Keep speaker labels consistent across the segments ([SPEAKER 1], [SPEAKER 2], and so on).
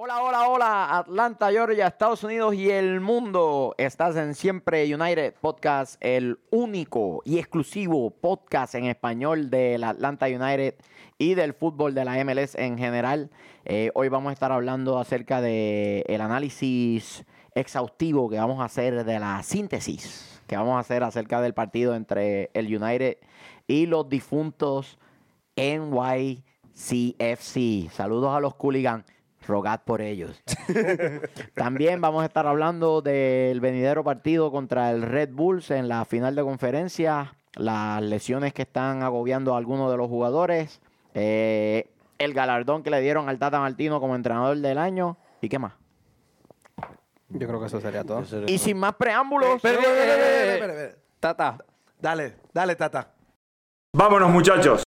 [SPEAKER 1] Hola, hola, hola, Atlanta, Georgia, Estados Unidos y el mundo. Estás en Siempre United Podcast, el único y exclusivo podcast en español del Atlanta United y del fútbol de la MLS en general. Eh, hoy vamos a estar hablando acerca del el análisis exhaustivo que vamos a hacer de la síntesis que vamos a hacer acerca del partido entre el United y los difuntos NYCFC. Saludos a los Cooligans rogad por ellos. También vamos a estar hablando del venidero partido contra el Red Bulls en la final de conferencia, las lesiones que están agobiando a algunos de los jugadores, eh, el galardón que le dieron al Tata Martino como entrenador del año y qué más.
[SPEAKER 2] Yo creo que eso sería todo.
[SPEAKER 1] Y sin más preámbulos,
[SPEAKER 3] Espera, espera, espera, espera,
[SPEAKER 1] eh,
[SPEAKER 3] espera, espera.
[SPEAKER 2] Tata.
[SPEAKER 3] Dale, dale, Tata.
[SPEAKER 4] Vámonos muchachos.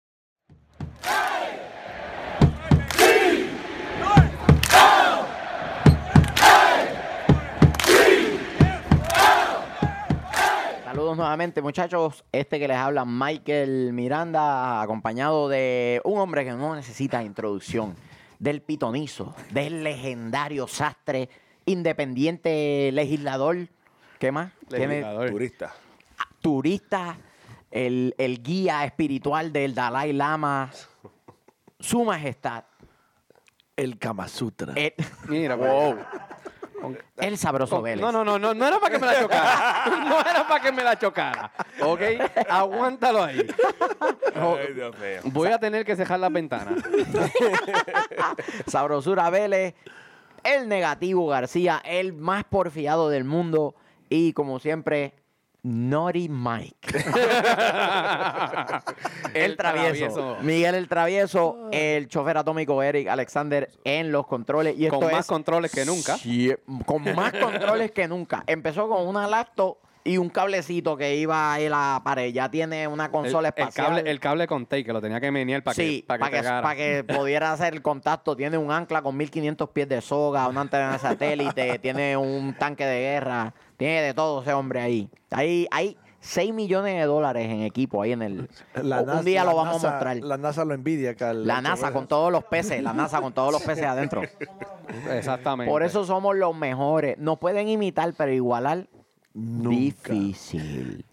[SPEAKER 1] saludos nuevamente muchachos. Este que les habla Michael Miranda, acompañado de un hombre que no necesita introducción, del pitonizo, del legendario sastre, independiente legislador. ¿Qué más? Tiene-
[SPEAKER 5] Turista.
[SPEAKER 1] turista, el, el guía espiritual del Dalai Lama, su majestad,
[SPEAKER 5] El Kama Sutra.
[SPEAKER 1] el,
[SPEAKER 2] Mira, wow.
[SPEAKER 1] el sabroso Vélez.
[SPEAKER 2] No, no, no, no, no era para que me la chocara. No era para que me la chocara. ¿Ok? Aguántalo ahí.
[SPEAKER 5] Ay, Dios mío.
[SPEAKER 2] Voy a tener que cejar las ventanas.
[SPEAKER 1] Sabrosura Vélez, el negativo García, el más porfiado del mundo y como siempre, Naughty Mike. El, travieso, Miguel el travieso, el chofer atómico Eric Alexander en los controles. Y
[SPEAKER 2] Con
[SPEAKER 1] esto
[SPEAKER 2] más
[SPEAKER 1] es-
[SPEAKER 2] controles que nunca.
[SPEAKER 1] Sí, con más controles que nunca. Empezó con una laptop y un cablecito que iba ahí a la pared. Ya tiene una
[SPEAKER 2] El,
[SPEAKER 1] consola
[SPEAKER 2] el
[SPEAKER 1] espacial.
[SPEAKER 2] cable, el cable con tape que lo tenía que menear para
[SPEAKER 1] sí,
[SPEAKER 2] que, para que, pegara.
[SPEAKER 1] pa' que pudiera hacer el contacto. Tiene un ancla con 1500 pies de soga, una antena de satélite, tiene un tanque de guerra. Tiene de todo ese hombre ahí. Ahí hay 6 millones de dólares en equipo ahí en el...
[SPEAKER 3] La
[SPEAKER 1] un
[SPEAKER 3] NASA-
[SPEAKER 1] día
[SPEAKER 3] la
[SPEAKER 1] lo vamos
[SPEAKER 3] NASA-
[SPEAKER 1] a mostrar. La,
[SPEAKER 3] La NASA lo envidia eh. acá. al-
[SPEAKER 1] NASA con todos los peces, la NASA con todos los peces adentro.
[SPEAKER 2] Exactamente.
[SPEAKER 1] Por eso somos los mejores. Nos pueden imitar, pero igualar...
[SPEAKER 3] Nunca.
[SPEAKER 1] Difícil.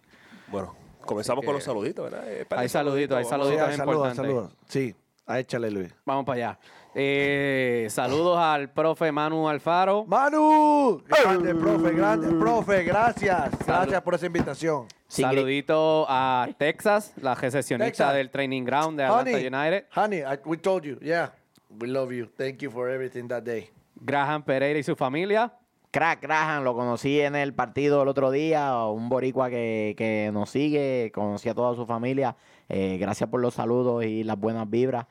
[SPEAKER 5] Bueno, comenzamos con los saluditos, ¿verdad? Eh, para
[SPEAKER 2] Hay
[SPEAKER 5] el saludito,
[SPEAKER 2] saluditos, hay
[SPEAKER 5] vamos.
[SPEAKER 2] saluditos
[SPEAKER 3] Sí, ah, saludos,
[SPEAKER 2] importantes.
[SPEAKER 3] saludos. Sí, ah, échale, Luis.
[SPEAKER 2] Vamos para allá. Eh, saludos al profe Manu Alfaro.
[SPEAKER 3] ¡Manu! Grande, profe, grande, profe, gracias. Gracias por esa invitación.
[SPEAKER 1] Sin gri-
[SPEAKER 2] Saludito a Texas, la recesionista
[SPEAKER 3] Texas.
[SPEAKER 2] del Training Ground de Atlanta United.
[SPEAKER 3] honey, I- we told you, yeah. We love you. Thank you for everything that day.
[SPEAKER 2] Graham Pereira y su familia.
[SPEAKER 1] Crack Graham, lo conocí en el partido el otro día, un boricua que, que nos sigue, conocí a toda su familia. Eh, gracias por los saludos y las buenas vibras.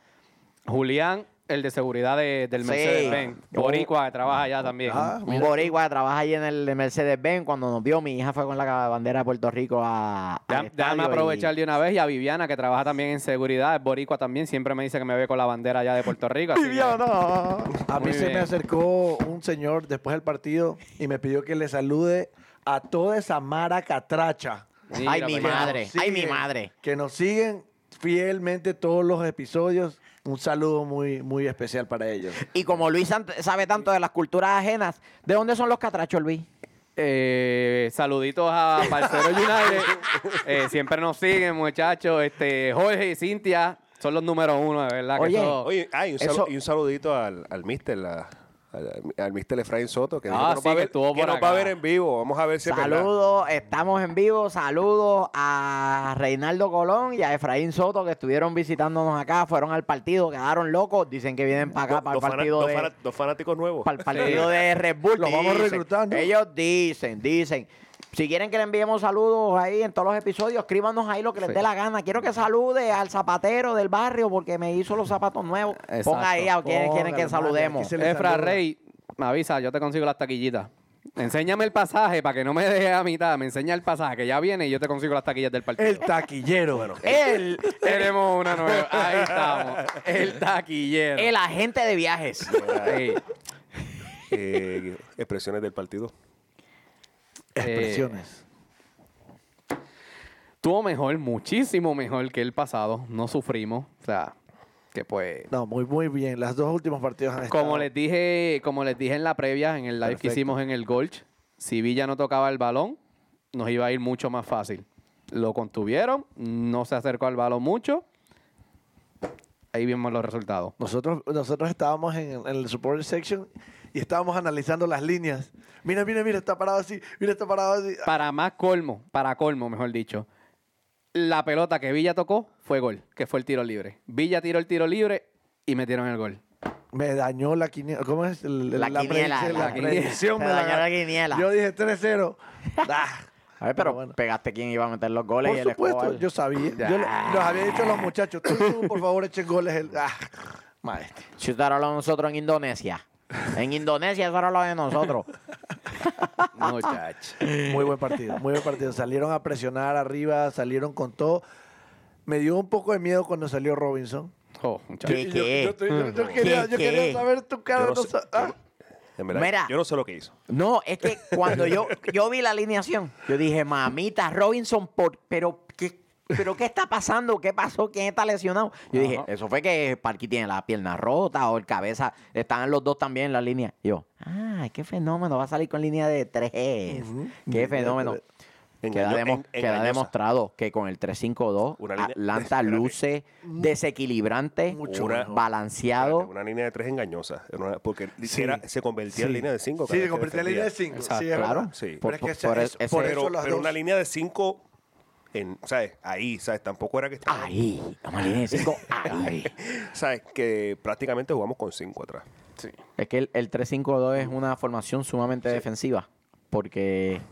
[SPEAKER 2] Julián, el de seguridad de- del
[SPEAKER 1] Sí.
[SPEAKER 2] Mercedes-Benz.
[SPEAKER 1] Ah.
[SPEAKER 2] Boricua, que trabaja allá también.
[SPEAKER 3] Ah,
[SPEAKER 1] Un boricua que trabaja ahí en el Mercedes-Benz. Cuando nos vio, mi hija fue con la bandera de Puerto Rico a. al
[SPEAKER 2] Déjame- Déjame
[SPEAKER 1] estadio
[SPEAKER 2] aprovechar
[SPEAKER 1] y-
[SPEAKER 2] de una vez y a Viviana, que trabaja también en seguridad, es boricua también, siempre me dice que me ve con la bandera allá de Puerto Rico. así que-
[SPEAKER 3] A mí
[SPEAKER 2] Muy
[SPEAKER 3] se me
[SPEAKER 2] bien.
[SPEAKER 3] acercó un señor después del partido y me pidió que le salude a toda esa mara catracha.
[SPEAKER 2] Mira
[SPEAKER 1] Ay, mi
[SPEAKER 2] para allá.
[SPEAKER 1] madre.
[SPEAKER 3] nos
[SPEAKER 1] ay, mi
[SPEAKER 3] siguen,
[SPEAKER 1] madre.
[SPEAKER 3] Que nos siguen fielmente todos los episodios. Un saludo muy, muy especial para ellos.
[SPEAKER 1] Y como Luis sant- sabe tanto de las culturas ajenas, ¿de dónde son los catrachos, Luis?
[SPEAKER 2] Eh, saluditos a Parcero United. Eh, siempre nos siguen, muchachos. Este, Jorge y Cintia son los número uno, de verdad. que
[SPEAKER 1] Oye.
[SPEAKER 2] eso-
[SPEAKER 5] Oye, hay un, salu-
[SPEAKER 1] Eso-
[SPEAKER 5] y un saludito al, al mister, la- al, al mister Efraín Soto, que, dijo
[SPEAKER 2] Ah,
[SPEAKER 5] que nos
[SPEAKER 2] sí,
[SPEAKER 5] va a
[SPEAKER 2] que
[SPEAKER 5] ver,
[SPEAKER 2] estuvo
[SPEAKER 5] que
[SPEAKER 2] por
[SPEAKER 5] nos
[SPEAKER 2] acá.
[SPEAKER 5] va a ver en vivo. Vamos a ver si es verdad.
[SPEAKER 1] Saludos, estamos en vivo. Saludos a Reinaldo Colón y a Efraín Soto que estuvieron visitándonos acá, fueron al partido, quedaron locos. Dicen que vienen para acá,
[SPEAKER 5] Dos-
[SPEAKER 1] para el
[SPEAKER 5] dos fana-
[SPEAKER 1] partido
[SPEAKER 5] dos
[SPEAKER 1] de,
[SPEAKER 5] fana- dos fanáticos nuevos.
[SPEAKER 1] para el partido de Red Bull.
[SPEAKER 3] Los vamos
[SPEAKER 1] Dicen,
[SPEAKER 3] reclutando.
[SPEAKER 1] Ellos dicen, dicen. Si quieren que le enviemos saludos ahí en todos los episodios, escríbanos ahí lo que les dé la gana. Quiero que salude al zapatero del barrio porque me hizo los zapatos nuevos.
[SPEAKER 2] Exacto.
[SPEAKER 1] Ponga ahí a quienes quieren
[SPEAKER 3] Póngale,
[SPEAKER 1] que
[SPEAKER 3] mano,
[SPEAKER 1] saludemos.
[SPEAKER 3] que se le
[SPEAKER 2] Efra
[SPEAKER 3] saluda.
[SPEAKER 2] Rey, me avisa, yo te consigo las taquillitas. Enséñame el pasaje para que no me dejes a mitad. Me enseña el pasaje que ya viene y yo te consigo las taquillas del partido.
[SPEAKER 3] El taquillero, bueno.
[SPEAKER 1] Eh, El,
[SPEAKER 2] Tenemos una nueva. Ahí estamos. El taquillero. pues,
[SPEAKER 1] el agente de viajes.
[SPEAKER 2] Sí.
[SPEAKER 5] Eh, expresiones del partido.
[SPEAKER 3] Expresiones.
[SPEAKER 2] Estuvo mejor, muchísimo mejor que el pasado. No sufrimos. O sea, Que pues.
[SPEAKER 3] No, muy, muy bien. Las dos últimos partidos han estado.
[SPEAKER 2] Como les dije, como les dije en la previa, en el live que
[SPEAKER 3] Perfecto.
[SPEAKER 2] hicimos en el Golch, si Villa no tocaba el balón, nos iba a ir mucho más fácil. Lo contuvieron, no se acercó al balón mucho. Ahí vimos los resultados.
[SPEAKER 3] Nosotros, nosotros estábamos en, en el support section y estábamos analizando las líneas. Mira, mira, mira, está parado así. Mira, está parado así.
[SPEAKER 2] Para más colmo, para colmo, mejor dicho, la pelota que Villa tocó fue gol, que fue el tiro libre. Villa tiró el tiro libre y metieron el gol.
[SPEAKER 3] Me dañó la quiniela. ¿Cómo es? El- el-
[SPEAKER 1] La quiniela,
[SPEAKER 3] predicción-
[SPEAKER 1] la
[SPEAKER 3] la
[SPEAKER 1] quiniela.
[SPEAKER 3] predicción
[SPEAKER 1] Me
[SPEAKER 3] me
[SPEAKER 1] dañó
[SPEAKER 3] la-
[SPEAKER 1] la quiniela.
[SPEAKER 3] Yo dije 3-0. Ah,
[SPEAKER 1] A ver, pero
[SPEAKER 3] Pero bueno.
[SPEAKER 1] pegaste quién iba a meter los goles
[SPEAKER 3] por
[SPEAKER 1] y el
[SPEAKER 3] supuesto,
[SPEAKER 1] Escobar.
[SPEAKER 3] yo sabía.
[SPEAKER 2] Ya.
[SPEAKER 3] Yo le- los había dicho a los muchachos. Tú, tú, por favor, echen goles. El, ah, maestro.
[SPEAKER 1] Si usted habla de nosotros en Indonesia. En Indonesia eso habla de nosotros.
[SPEAKER 2] Muchacho.
[SPEAKER 3] Muy buen partido, muy buen partido. Salieron a presionar arriba, salieron con todo. Me dio un poco de miedo cuando salió Robinson.
[SPEAKER 2] Oh, muchacho.
[SPEAKER 1] ¿Qué,
[SPEAKER 3] Yo-
[SPEAKER 1] qué?
[SPEAKER 3] Yo, yo- yo- yo quería,
[SPEAKER 1] ¿Qué,
[SPEAKER 3] yo quería
[SPEAKER 1] qué?
[SPEAKER 3] saber tu cara.
[SPEAKER 5] Yo no
[SPEAKER 3] no
[SPEAKER 5] sé,
[SPEAKER 3] sa- ah.
[SPEAKER 5] En verdad,
[SPEAKER 1] Mira.
[SPEAKER 5] yo no sé lo que hizo.
[SPEAKER 1] No, es que cuando yo, yo vi la alineación, yo dije, mamita, Robinson, por, pero, ¿qué, pero ¿qué está pasando? ¿Qué pasó? ¿Quién está lesionado? Yo dije,
[SPEAKER 2] Ajá.
[SPEAKER 1] eso fue que Parky tiene la pierna rota o el cabeza. Estaban los dos también en la línea. Y yo, ah, qué fenómeno, va a salir con línea de tres. Qué fenómeno. Queda,
[SPEAKER 5] Engaño-
[SPEAKER 1] demo-
[SPEAKER 5] en-
[SPEAKER 1] queda
[SPEAKER 5] engañosa.
[SPEAKER 1] demostrado que con el 3-5-2
[SPEAKER 5] Una línea-
[SPEAKER 1] Atlanta
[SPEAKER 5] espérate.
[SPEAKER 1] luce desequilibrante,
[SPEAKER 3] Mucho
[SPEAKER 5] Una-
[SPEAKER 3] mejor.
[SPEAKER 1] balanceado.
[SPEAKER 5] Una línea de tres engañosa. era una- porque
[SPEAKER 3] Sí.
[SPEAKER 5] era- se convertía
[SPEAKER 3] Sí.
[SPEAKER 5] en línea de cinco.
[SPEAKER 3] Sí, se convirtió en línea de 5.
[SPEAKER 2] Exacto,
[SPEAKER 3] sí, es
[SPEAKER 1] claro.
[SPEAKER 3] verdad.
[SPEAKER 5] Sí.
[SPEAKER 3] Pero
[SPEAKER 1] Por-
[SPEAKER 3] es que ese-
[SPEAKER 1] por-
[SPEAKER 3] eso-
[SPEAKER 1] ese-
[SPEAKER 3] por
[SPEAKER 5] Pero,
[SPEAKER 3] eso las
[SPEAKER 5] pero
[SPEAKER 3] dos.
[SPEAKER 5] una línea de cinco, en, ¿sabes? Ahí, ¿sabes? Tampoco era que estaba-
[SPEAKER 1] Ahí, la línea de 5, ahí.
[SPEAKER 5] ¿Sabes? Que prácticamente jugamos con cinco atrás.
[SPEAKER 2] Sí.
[SPEAKER 1] Es que el, el 3-5-2 es una formación sumamente defensiva, porque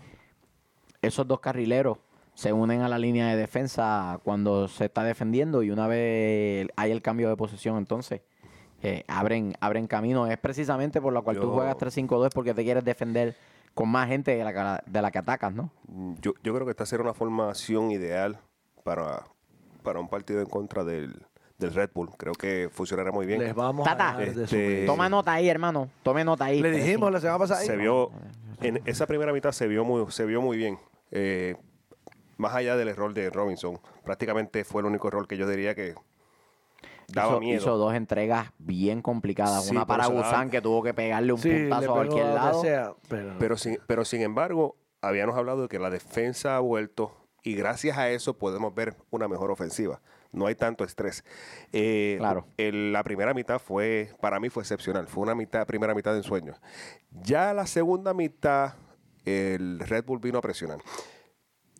[SPEAKER 1] esos dos carrileros se unen a la línea de defensa cuando se está defendiendo y una vez hay el cambio de posesión, entonces eh, abren, abren camino. Es precisamente por lo cual tú
[SPEAKER 5] Yo-
[SPEAKER 1] juegas 3-5-2 es porque te quieres defender con más gente de la, que- de la que atacas, ¿no?
[SPEAKER 5] Mm, Yo, yo creo que esta será una formación ideal para, para un partido en contra del, del Red Bull. Creo que funcionará muy bien.
[SPEAKER 3] Les vamos
[SPEAKER 1] Tata,
[SPEAKER 3] a dar de
[SPEAKER 5] este,
[SPEAKER 3] subir.
[SPEAKER 1] Toma nota ahí, hermano. Tome nota ahí.
[SPEAKER 3] Le dijimos
[SPEAKER 1] 3-5-2.
[SPEAKER 3] la semana pasada.
[SPEAKER 5] se
[SPEAKER 3] ahí.
[SPEAKER 5] vio en esa primera mitad se vio muy se vio muy bien Eh, más allá del error de Robinson prácticamente fue el único error que yo diría que daba
[SPEAKER 1] hizo,
[SPEAKER 5] miedo
[SPEAKER 1] hizo dos entregas bien complicadas.
[SPEAKER 5] Sí,
[SPEAKER 1] una
[SPEAKER 5] pero
[SPEAKER 1] para
[SPEAKER 5] se daba-
[SPEAKER 1] Gusán que tuvo que pegarle un
[SPEAKER 3] Sí, le
[SPEAKER 1] puntazo a
[SPEAKER 3] pegó
[SPEAKER 1] cualquier
[SPEAKER 3] donde
[SPEAKER 1] lado.
[SPEAKER 3] sea, pero,
[SPEAKER 5] pero sin pero sin embargo habíamos hablado de que la defensa ha vuelto y gracias a eso podemos ver una mejor ofensiva no hay tanto estrés Eh,
[SPEAKER 1] Claro.
[SPEAKER 5] el- la primera mitad fue para mí fue excepcional fue una mitad primera mitad de ensueño ya la segunda mitad el Red Bull vino a presionar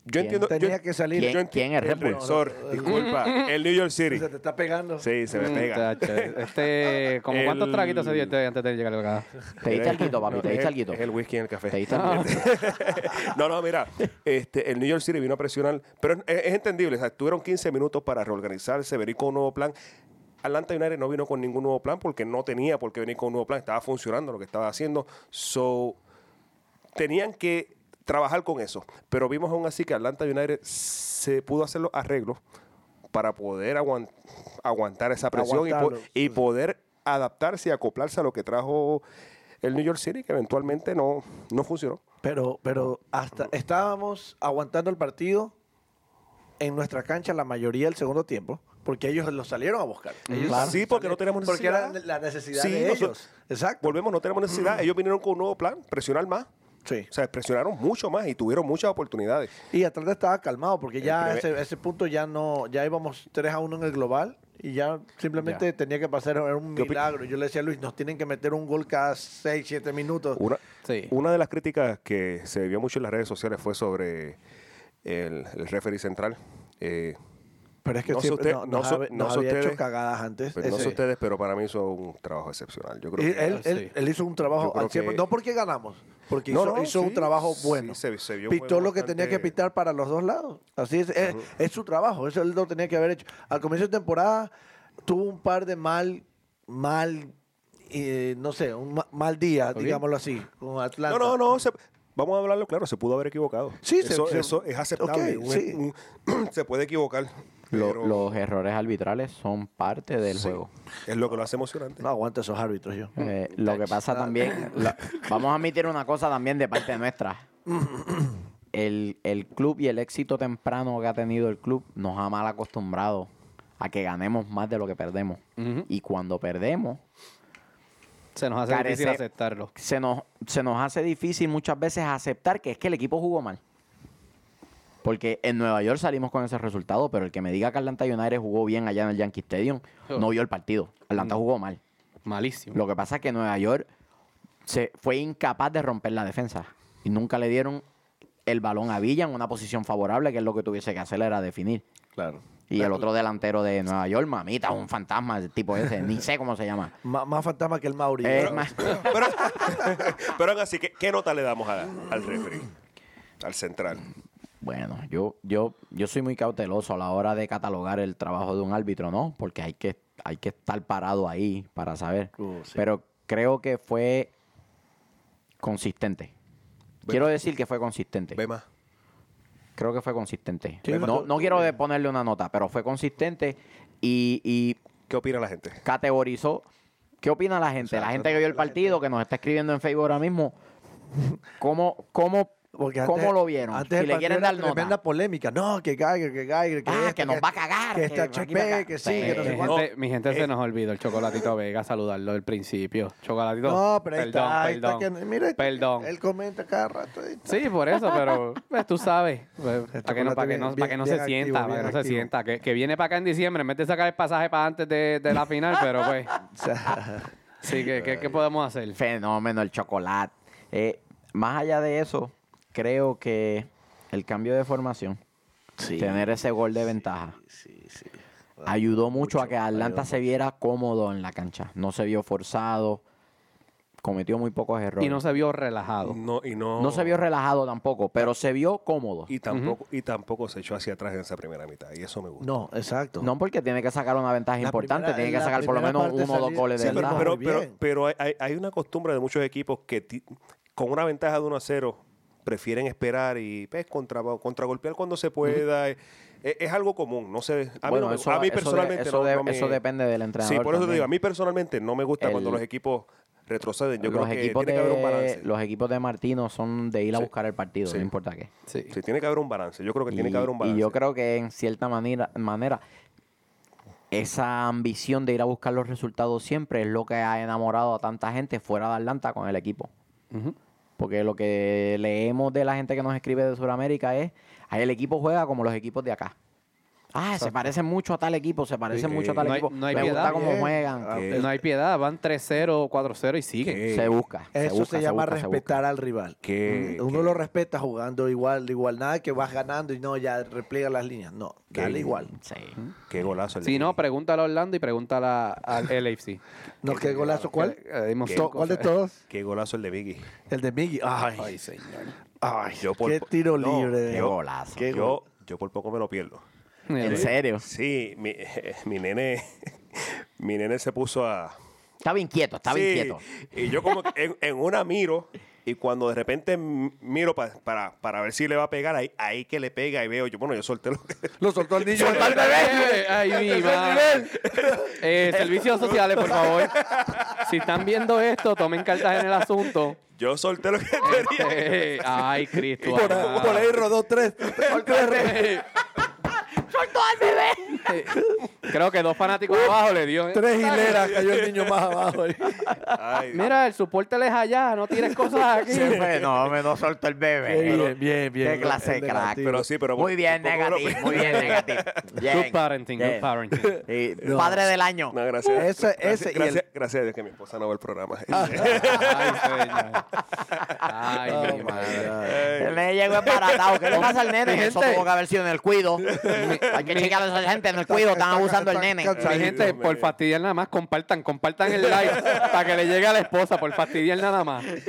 [SPEAKER 5] yo
[SPEAKER 1] ¿Quién
[SPEAKER 5] entiendo yo-
[SPEAKER 3] tenía que salir.
[SPEAKER 1] ¿Quién-
[SPEAKER 5] Yo enti-
[SPEAKER 1] quién es Red
[SPEAKER 5] el
[SPEAKER 1] Bull?
[SPEAKER 5] Repsol, disculpa. El New York City.
[SPEAKER 3] Se te está pegando.
[SPEAKER 5] Sí, se me
[SPEAKER 1] Mm,
[SPEAKER 5] pega.
[SPEAKER 2] Muchacho, Este, ¿como cuántos
[SPEAKER 5] El-
[SPEAKER 2] traguitos se dio este antes de llegar acá?
[SPEAKER 1] Te diste alguito, papi,
[SPEAKER 5] No,
[SPEAKER 1] te
[SPEAKER 5] es
[SPEAKER 1] diste
[SPEAKER 5] el-
[SPEAKER 1] alguito.
[SPEAKER 5] Es el whisky en el café.
[SPEAKER 1] Te diste alguito.
[SPEAKER 5] no, no, mira. Este, el New York City vino a presionar. Pero es, es entendible. o sea, tuvieron 15 minutos para reorganizarse, venir con un nuevo plan. Atlanta United no vino con ningún nuevo plan porque no tenía por qué venir con un nuevo plan. Estaba funcionando lo que estaba haciendo. So, tenían que trabajar con eso. Pero vimos aún así que Atlanta United se pudo hacer los arreglos para poder aguan- aguantar esa presión y, po-
[SPEAKER 3] Aguantarlo.
[SPEAKER 5] y poder adaptarse y acoplarse a lo que trajo el New York City, que eventualmente no, no funcionó.
[SPEAKER 3] Pero, pero hasta estábamos aguantando el partido en nuestra cancha la mayoría del segundo tiempo, porque ellos lo salieron a buscar. Ellos
[SPEAKER 5] Sí, porque no tenemos
[SPEAKER 3] Porque
[SPEAKER 5] necesidad.
[SPEAKER 3] era la necesidad
[SPEAKER 5] Sí,
[SPEAKER 3] de
[SPEAKER 5] noso-
[SPEAKER 3] ellos. Exacto.
[SPEAKER 5] Volvemos, no tenemos necesidad. Ellos vinieron con un nuevo plan, presionar más.
[SPEAKER 3] Sí.
[SPEAKER 5] O sea, presionaron mucho más y tuvieron muchas oportunidades.
[SPEAKER 3] Y Atlanta estaba calmado, porque
[SPEAKER 5] El
[SPEAKER 3] ya
[SPEAKER 5] primer-
[SPEAKER 3] ese, ese punto ya no, ya íbamos 3 a 1 en el global y ya simplemente tenía que pasar, era un
[SPEAKER 5] ¿Qué opi-
[SPEAKER 3] milagro. Yo le decía a Luis, nos tienen que meter un gol cada 6, 7 minutos.
[SPEAKER 5] Una,
[SPEAKER 2] Sí.
[SPEAKER 5] una de las críticas que se vio mucho en las redes sociales fue sobre el, el referee central. Eh,
[SPEAKER 3] Pero es que
[SPEAKER 5] no sé
[SPEAKER 3] siempre
[SPEAKER 5] usted-
[SPEAKER 3] no,
[SPEAKER 5] no
[SPEAKER 3] nos,
[SPEAKER 5] sé-
[SPEAKER 3] habe-
[SPEAKER 5] no
[SPEAKER 3] nos
[SPEAKER 5] sé
[SPEAKER 3] había hecho
[SPEAKER 5] ustedes,
[SPEAKER 3] cagadas antes.
[SPEAKER 5] pero pues no
[SPEAKER 3] Ese-
[SPEAKER 5] sé ustedes, pero para mí hizo un trabajo excepcional. Yo creo
[SPEAKER 3] Y
[SPEAKER 5] que
[SPEAKER 3] él,
[SPEAKER 2] Sí.
[SPEAKER 3] él- él hizo un trabajo
[SPEAKER 5] Yo creo
[SPEAKER 3] al cien por-
[SPEAKER 5] que-
[SPEAKER 3] no porque ganamos, porque
[SPEAKER 5] No,
[SPEAKER 3] hizo,
[SPEAKER 5] no,
[SPEAKER 3] hizo un
[SPEAKER 5] sí,
[SPEAKER 3] trabajo
[SPEAKER 5] sí,
[SPEAKER 3] bueno.
[SPEAKER 5] se- se vio un
[SPEAKER 3] Pitó
[SPEAKER 5] juego
[SPEAKER 3] lo que tenía que
[SPEAKER 5] bastante-
[SPEAKER 3] pitar para los dos lados. Así es, es, es su trabajo, eso él lo tenía que haber hecho. Al comienzo de temporada tuvo un par de mal, mal, eh, no sé, un ma- mal día, digámoslo así, con Atlanta.
[SPEAKER 5] No, no, no. se- vamos a hablarlo claro. Se pudo haber equivocado.
[SPEAKER 3] Sí, se-
[SPEAKER 5] eso,
[SPEAKER 3] se-
[SPEAKER 5] eso es aceptable.
[SPEAKER 3] Ok,
[SPEAKER 5] un-
[SPEAKER 3] sí.
[SPEAKER 5] un- se puede equivocar.
[SPEAKER 1] Lo-
[SPEAKER 5] pero
[SPEAKER 1] los errores arbitrales son parte del
[SPEAKER 5] sí,
[SPEAKER 1] juego.
[SPEAKER 5] Es lo que lo hace emocionante.
[SPEAKER 3] No aguanto esos árbitros yo.
[SPEAKER 5] Mm.
[SPEAKER 1] Eh, lo que
[SPEAKER 3] Ah.
[SPEAKER 1] pasa también, la- vamos a admitir una cosa también de parte nuestra. El, el club y el éxito temprano que ha tenido el club nos ha mal acostumbrado para que ganemos más de lo que perdemos.
[SPEAKER 2] Ujú.
[SPEAKER 1] Y cuando perdemos,
[SPEAKER 2] Se nos hace
[SPEAKER 1] Carece-
[SPEAKER 2] difícil aceptarlo.
[SPEAKER 1] se nos, se nos hace difícil muchas veces aceptar que es que el equipo jugó mal. Porque en Nueva York salimos con ese resultado, pero el que me diga que Atlanta United jugó bien allá en el Yankee Stadium,
[SPEAKER 2] Oh.
[SPEAKER 1] no vio el partido.
[SPEAKER 3] Mm.
[SPEAKER 1] Atlanta jugó mal.
[SPEAKER 2] Malísimo.
[SPEAKER 1] Lo que pasa es que Nueva York se fue incapaz de romper la defensa. Y nunca le dieron el balón a Villa en una posición favorable, que es lo que tuviese que hacer era definir.
[SPEAKER 3] Claro.
[SPEAKER 1] Y el otro delantero de Nueva York, mamita, un fantasma, el tipo ese, ni sé cómo se llama.
[SPEAKER 3] Má- más fantasma que el Mauri.
[SPEAKER 1] Es
[SPEAKER 3] ¿verdad?
[SPEAKER 1] más-
[SPEAKER 5] Pero, pero aún así, ¿qué, qué nota le damos a- al referee? Al central.
[SPEAKER 1] Bueno, yo, yo, yo soy muy cauteloso a la hora de catalogar el trabajo de un árbitro, ¿no? Porque hay que, hay que estar parado ahí para saber.
[SPEAKER 3] Uh, sí.
[SPEAKER 1] Pero creo que fue consistente. Quiero decir que fue consistente.
[SPEAKER 5] Ve más.
[SPEAKER 1] Creo que fue consistente.
[SPEAKER 3] Sí,
[SPEAKER 1] no,
[SPEAKER 3] pero-
[SPEAKER 1] no quiero de ponerle una nota, pero fue consistente y, y
[SPEAKER 5] ¿Qué opina la gente?
[SPEAKER 1] categorizó. ¿Qué opina la gente? la gente que vio el partido, que nos está escribiendo en Facebook ahora mismo, ¿cómo, cómo, cómo
[SPEAKER 3] antes-
[SPEAKER 1] lo vieron?
[SPEAKER 3] Antes
[SPEAKER 1] si
[SPEAKER 3] el
[SPEAKER 1] le
[SPEAKER 3] partido
[SPEAKER 1] quieren
[SPEAKER 3] era
[SPEAKER 1] dar nota.
[SPEAKER 3] Tremenda polémica. No, que Geiger, que Geiger, que
[SPEAKER 1] Ah,
[SPEAKER 3] esto,
[SPEAKER 1] que nos va a cagar,
[SPEAKER 3] Que
[SPEAKER 1] que
[SPEAKER 3] este
[SPEAKER 1] aquí va a
[SPEAKER 3] HP,
[SPEAKER 1] cagar.
[SPEAKER 3] que sí, que no
[SPEAKER 2] mi,
[SPEAKER 3] sé
[SPEAKER 1] Eh,
[SPEAKER 3] cuánto.
[SPEAKER 2] gente, mi gente se nos olvidó el chocolatito Vega saludarlo del principio. Chocolatito.
[SPEAKER 3] No, pero ahí
[SPEAKER 2] perdón,
[SPEAKER 3] está, ahí está.
[SPEAKER 2] perdón.
[SPEAKER 3] que- mira, este-
[SPEAKER 2] perdón.
[SPEAKER 3] Él comenta cada rato. ahí está.
[SPEAKER 2] Sí, por eso, pero pues, tú sabes. pues,
[SPEAKER 3] El
[SPEAKER 2] para que no, para que
[SPEAKER 3] chocolate
[SPEAKER 2] no,
[SPEAKER 3] bien-
[SPEAKER 2] para que no se
[SPEAKER 3] bien activo,
[SPEAKER 2] sienta, para
[SPEAKER 3] bien
[SPEAKER 2] que no se
[SPEAKER 3] activo.
[SPEAKER 2] sienta. Que, que viene para acá en diciembre, en vez de sacar el pasaje para antes de, de la final, pero pues.
[SPEAKER 3] O sea,
[SPEAKER 2] Sí, ¿qué, qué, qué podemos hacer?
[SPEAKER 1] Fenómeno, el chocolate. Eh, más allá de eso, creo que el cambio de formación,
[SPEAKER 3] sí.
[SPEAKER 1] tener ese gol de ventaja,
[SPEAKER 3] Sí, sí.
[SPEAKER 1] ayudó mucho, a que Atlanta
[SPEAKER 3] ayudó
[SPEAKER 1] se viera cómodo en la cancha. No se vio forzado, cometió muy pocos errores.
[SPEAKER 2] Y no se vio relajado.
[SPEAKER 3] Mm,
[SPEAKER 5] No, y no,
[SPEAKER 1] No se vio relajado tampoco, pero se vio cómodo.
[SPEAKER 5] y tampoco, y tampoco se echó hacia atrás en esa primera mitad. Y eso me gusta.
[SPEAKER 3] No, exacto.
[SPEAKER 1] No, porque tiene que sacar una ventaja
[SPEAKER 3] La
[SPEAKER 1] importante,
[SPEAKER 3] primera-
[SPEAKER 1] tiene que
[SPEAKER 3] la
[SPEAKER 1] sacar por lo
[SPEAKER 3] primera
[SPEAKER 1] menos
[SPEAKER 3] parte
[SPEAKER 1] uno o dos
[SPEAKER 3] salir-
[SPEAKER 1] goles de
[SPEAKER 3] Sí,
[SPEAKER 5] pero,
[SPEAKER 1] ventaja.
[SPEAKER 5] pero,
[SPEAKER 3] Muy bien.
[SPEAKER 5] pero- pero hay- hay, hay una costumbre de muchos equipos que ti- con una ventaja de 1 a 0 prefieren esperar y pues, contra, contragolpear cuando se pueda. Eh, Es, algo común, no sé. A mí,
[SPEAKER 1] Bueno,
[SPEAKER 5] no me-
[SPEAKER 1] eso-
[SPEAKER 5] a mí
[SPEAKER 1] eso de-
[SPEAKER 5] personalmente
[SPEAKER 1] eso
[SPEAKER 5] no-
[SPEAKER 1] de-
[SPEAKER 5] no me-
[SPEAKER 1] eso depende del
[SPEAKER 5] Sí,
[SPEAKER 1] entrenador
[SPEAKER 5] por eso te
[SPEAKER 1] también.
[SPEAKER 5] digo, a mí personalmente no me gusta cuando
[SPEAKER 1] El-
[SPEAKER 5] los equipos retroceden. Yo
[SPEAKER 1] los,
[SPEAKER 5] creo que
[SPEAKER 1] equipos
[SPEAKER 5] tiene que haber un
[SPEAKER 1] de,
[SPEAKER 5] balance.
[SPEAKER 1] los equipos de Martino son de ir a
[SPEAKER 5] Sí.
[SPEAKER 1] buscar el partido,
[SPEAKER 5] Sí.
[SPEAKER 1] no importa qué.
[SPEAKER 2] Sí.
[SPEAKER 5] Sí, tiene que haber un balance. Yo creo que tiene que haber un balance.
[SPEAKER 1] yo creo que en cierta manera, manera esa ambición de ir a buscar los resultados siempre es lo que ha enamorado a tanta gente fuera de Atlanta con el equipo.
[SPEAKER 2] Ujú.
[SPEAKER 1] Porque lo que leemos de la gente que nos escribe de Sudamérica es, ahí el equipo juega como los equipos de acá. Ah, se parecen mucho a tal equipo, se parecen
[SPEAKER 5] Sí. eh,
[SPEAKER 1] mucho a tal
[SPEAKER 2] No hay-
[SPEAKER 1] equipo.
[SPEAKER 2] no hay
[SPEAKER 1] Me
[SPEAKER 2] piedad.
[SPEAKER 1] gusta cómo
[SPEAKER 3] Bien.
[SPEAKER 1] juegan.
[SPEAKER 3] Ah,
[SPEAKER 5] Que-
[SPEAKER 2] No hay piedad, van 3-0, 4-0 y siguen.
[SPEAKER 1] Se busca.
[SPEAKER 3] Eso
[SPEAKER 1] busca,
[SPEAKER 3] se llama
[SPEAKER 1] busca, busca.
[SPEAKER 3] respetar al rival. Mm,
[SPEAKER 5] ¿Qué?
[SPEAKER 3] Uno
[SPEAKER 5] ¿Qué?
[SPEAKER 3] lo respeta jugando igual, de igual. Nada que vas ganando y no, ya repliega las líneas. No, dale
[SPEAKER 5] ¿Qué?
[SPEAKER 3] igual.
[SPEAKER 1] Sí.
[SPEAKER 5] Qué golazo. el de
[SPEAKER 2] Si no,
[SPEAKER 5] Kiki.
[SPEAKER 2] pregúntale a Orlando y pregúntale a- al LFC.
[SPEAKER 3] No, qué golazo, ¿cuál?
[SPEAKER 2] Que le dimos
[SPEAKER 3] To-
[SPEAKER 2] cinco,
[SPEAKER 3] ¿Cuál de
[SPEAKER 2] seis.
[SPEAKER 3] todos?
[SPEAKER 5] Qué golazo el de Vicky.
[SPEAKER 3] El de Miggy. Ay,
[SPEAKER 2] Ay, señor.
[SPEAKER 3] ay,
[SPEAKER 5] yo por-
[SPEAKER 3] qué tiro
[SPEAKER 5] no,
[SPEAKER 3] libre.
[SPEAKER 1] Qué
[SPEAKER 5] Yo-
[SPEAKER 1] golazo.
[SPEAKER 3] Qué
[SPEAKER 5] Yo, yo por poco me lo pierdo.
[SPEAKER 1] ¿En serio?
[SPEAKER 5] Sí, mi, mi nene mi nene se puso a...
[SPEAKER 1] Estaba inquieto, estaba
[SPEAKER 5] Sí,
[SPEAKER 1] inquieto.
[SPEAKER 5] Y yo como que en, en una miro y cuando de repente m- miro pa- para, para ver si le va a pegar, ahí, ahí que le pega y veo, yo bueno, yo solté lo que...
[SPEAKER 3] Lo soltó el niño.
[SPEAKER 2] ¡Ay, bebé! ¡Ay, mi madre! Eh, servicios sociales, por favor. Si están viendo esto, tomen cartas en el asunto.
[SPEAKER 5] Yo solté lo que tenía.
[SPEAKER 2] Eh, ¡Ay, Cristo!
[SPEAKER 3] Por,
[SPEAKER 2] amado.
[SPEAKER 3] por ahí rodó tres.
[SPEAKER 2] Eh, eh, Creo que dos fanáticos abajo le dio. eh.
[SPEAKER 3] Uh, Tres hileras cayó el niño más abajo. ahí.
[SPEAKER 5] Ay,
[SPEAKER 2] Mira, el soporte es allá, no tienes cosas aquí.
[SPEAKER 1] no, me no soltó el bebé.
[SPEAKER 3] Bien, bien, bien.
[SPEAKER 1] Qué clase de
[SPEAKER 3] El
[SPEAKER 1] crack.
[SPEAKER 3] negativo.
[SPEAKER 5] pero sí, pero...
[SPEAKER 1] muy bien,
[SPEAKER 5] ¿cómo lo-
[SPEAKER 1] negativo, muy bien, negativo. Bien,
[SPEAKER 2] Good parenting, good
[SPEAKER 1] bien.
[SPEAKER 2] parenting.
[SPEAKER 1] Sí,
[SPEAKER 3] No.
[SPEAKER 1] Padre del año.
[SPEAKER 5] No, gracias.
[SPEAKER 3] Ese-
[SPEAKER 5] gracias,
[SPEAKER 3] ese y el- Ah.
[SPEAKER 5] gracias, gracias a Dios que mi esposa no ve el programa.
[SPEAKER 2] Ay, señor. Ay,
[SPEAKER 3] Oh,
[SPEAKER 2] mi
[SPEAKER 3] my
[SPEAKER 2] madre.
[SPEAKER 3] God.
[SPEAKER 1] El nene llegó embaratado. ¿Qué le pasa al nene? Eso
[SPEAKER 2] Gente.
[SPEAKER 1] tuvo que haber sido en el cuido. Hay que chequear a esa gente en el cuido. Están
[SPEAKER 3] está-
[SPEAKER 1] abusando del
[SPEAKER 3] está
[SPEAKER 1] nene.
[SPEAKER 3] cansado.
[SPEAKER 2] Mi
[SPEAKER 5] Ay,
[SPEAKER 2] gente,
[SPEAKER 5] Dios
[SPEAKER 2] por
[SPEAKER 5] mío.
[SPEAKER 2] fastidiar nada más, compartan, compartan el live para que le llegue a la esposa, por fastidiar nada más.
[SPEAKER 5] Ay,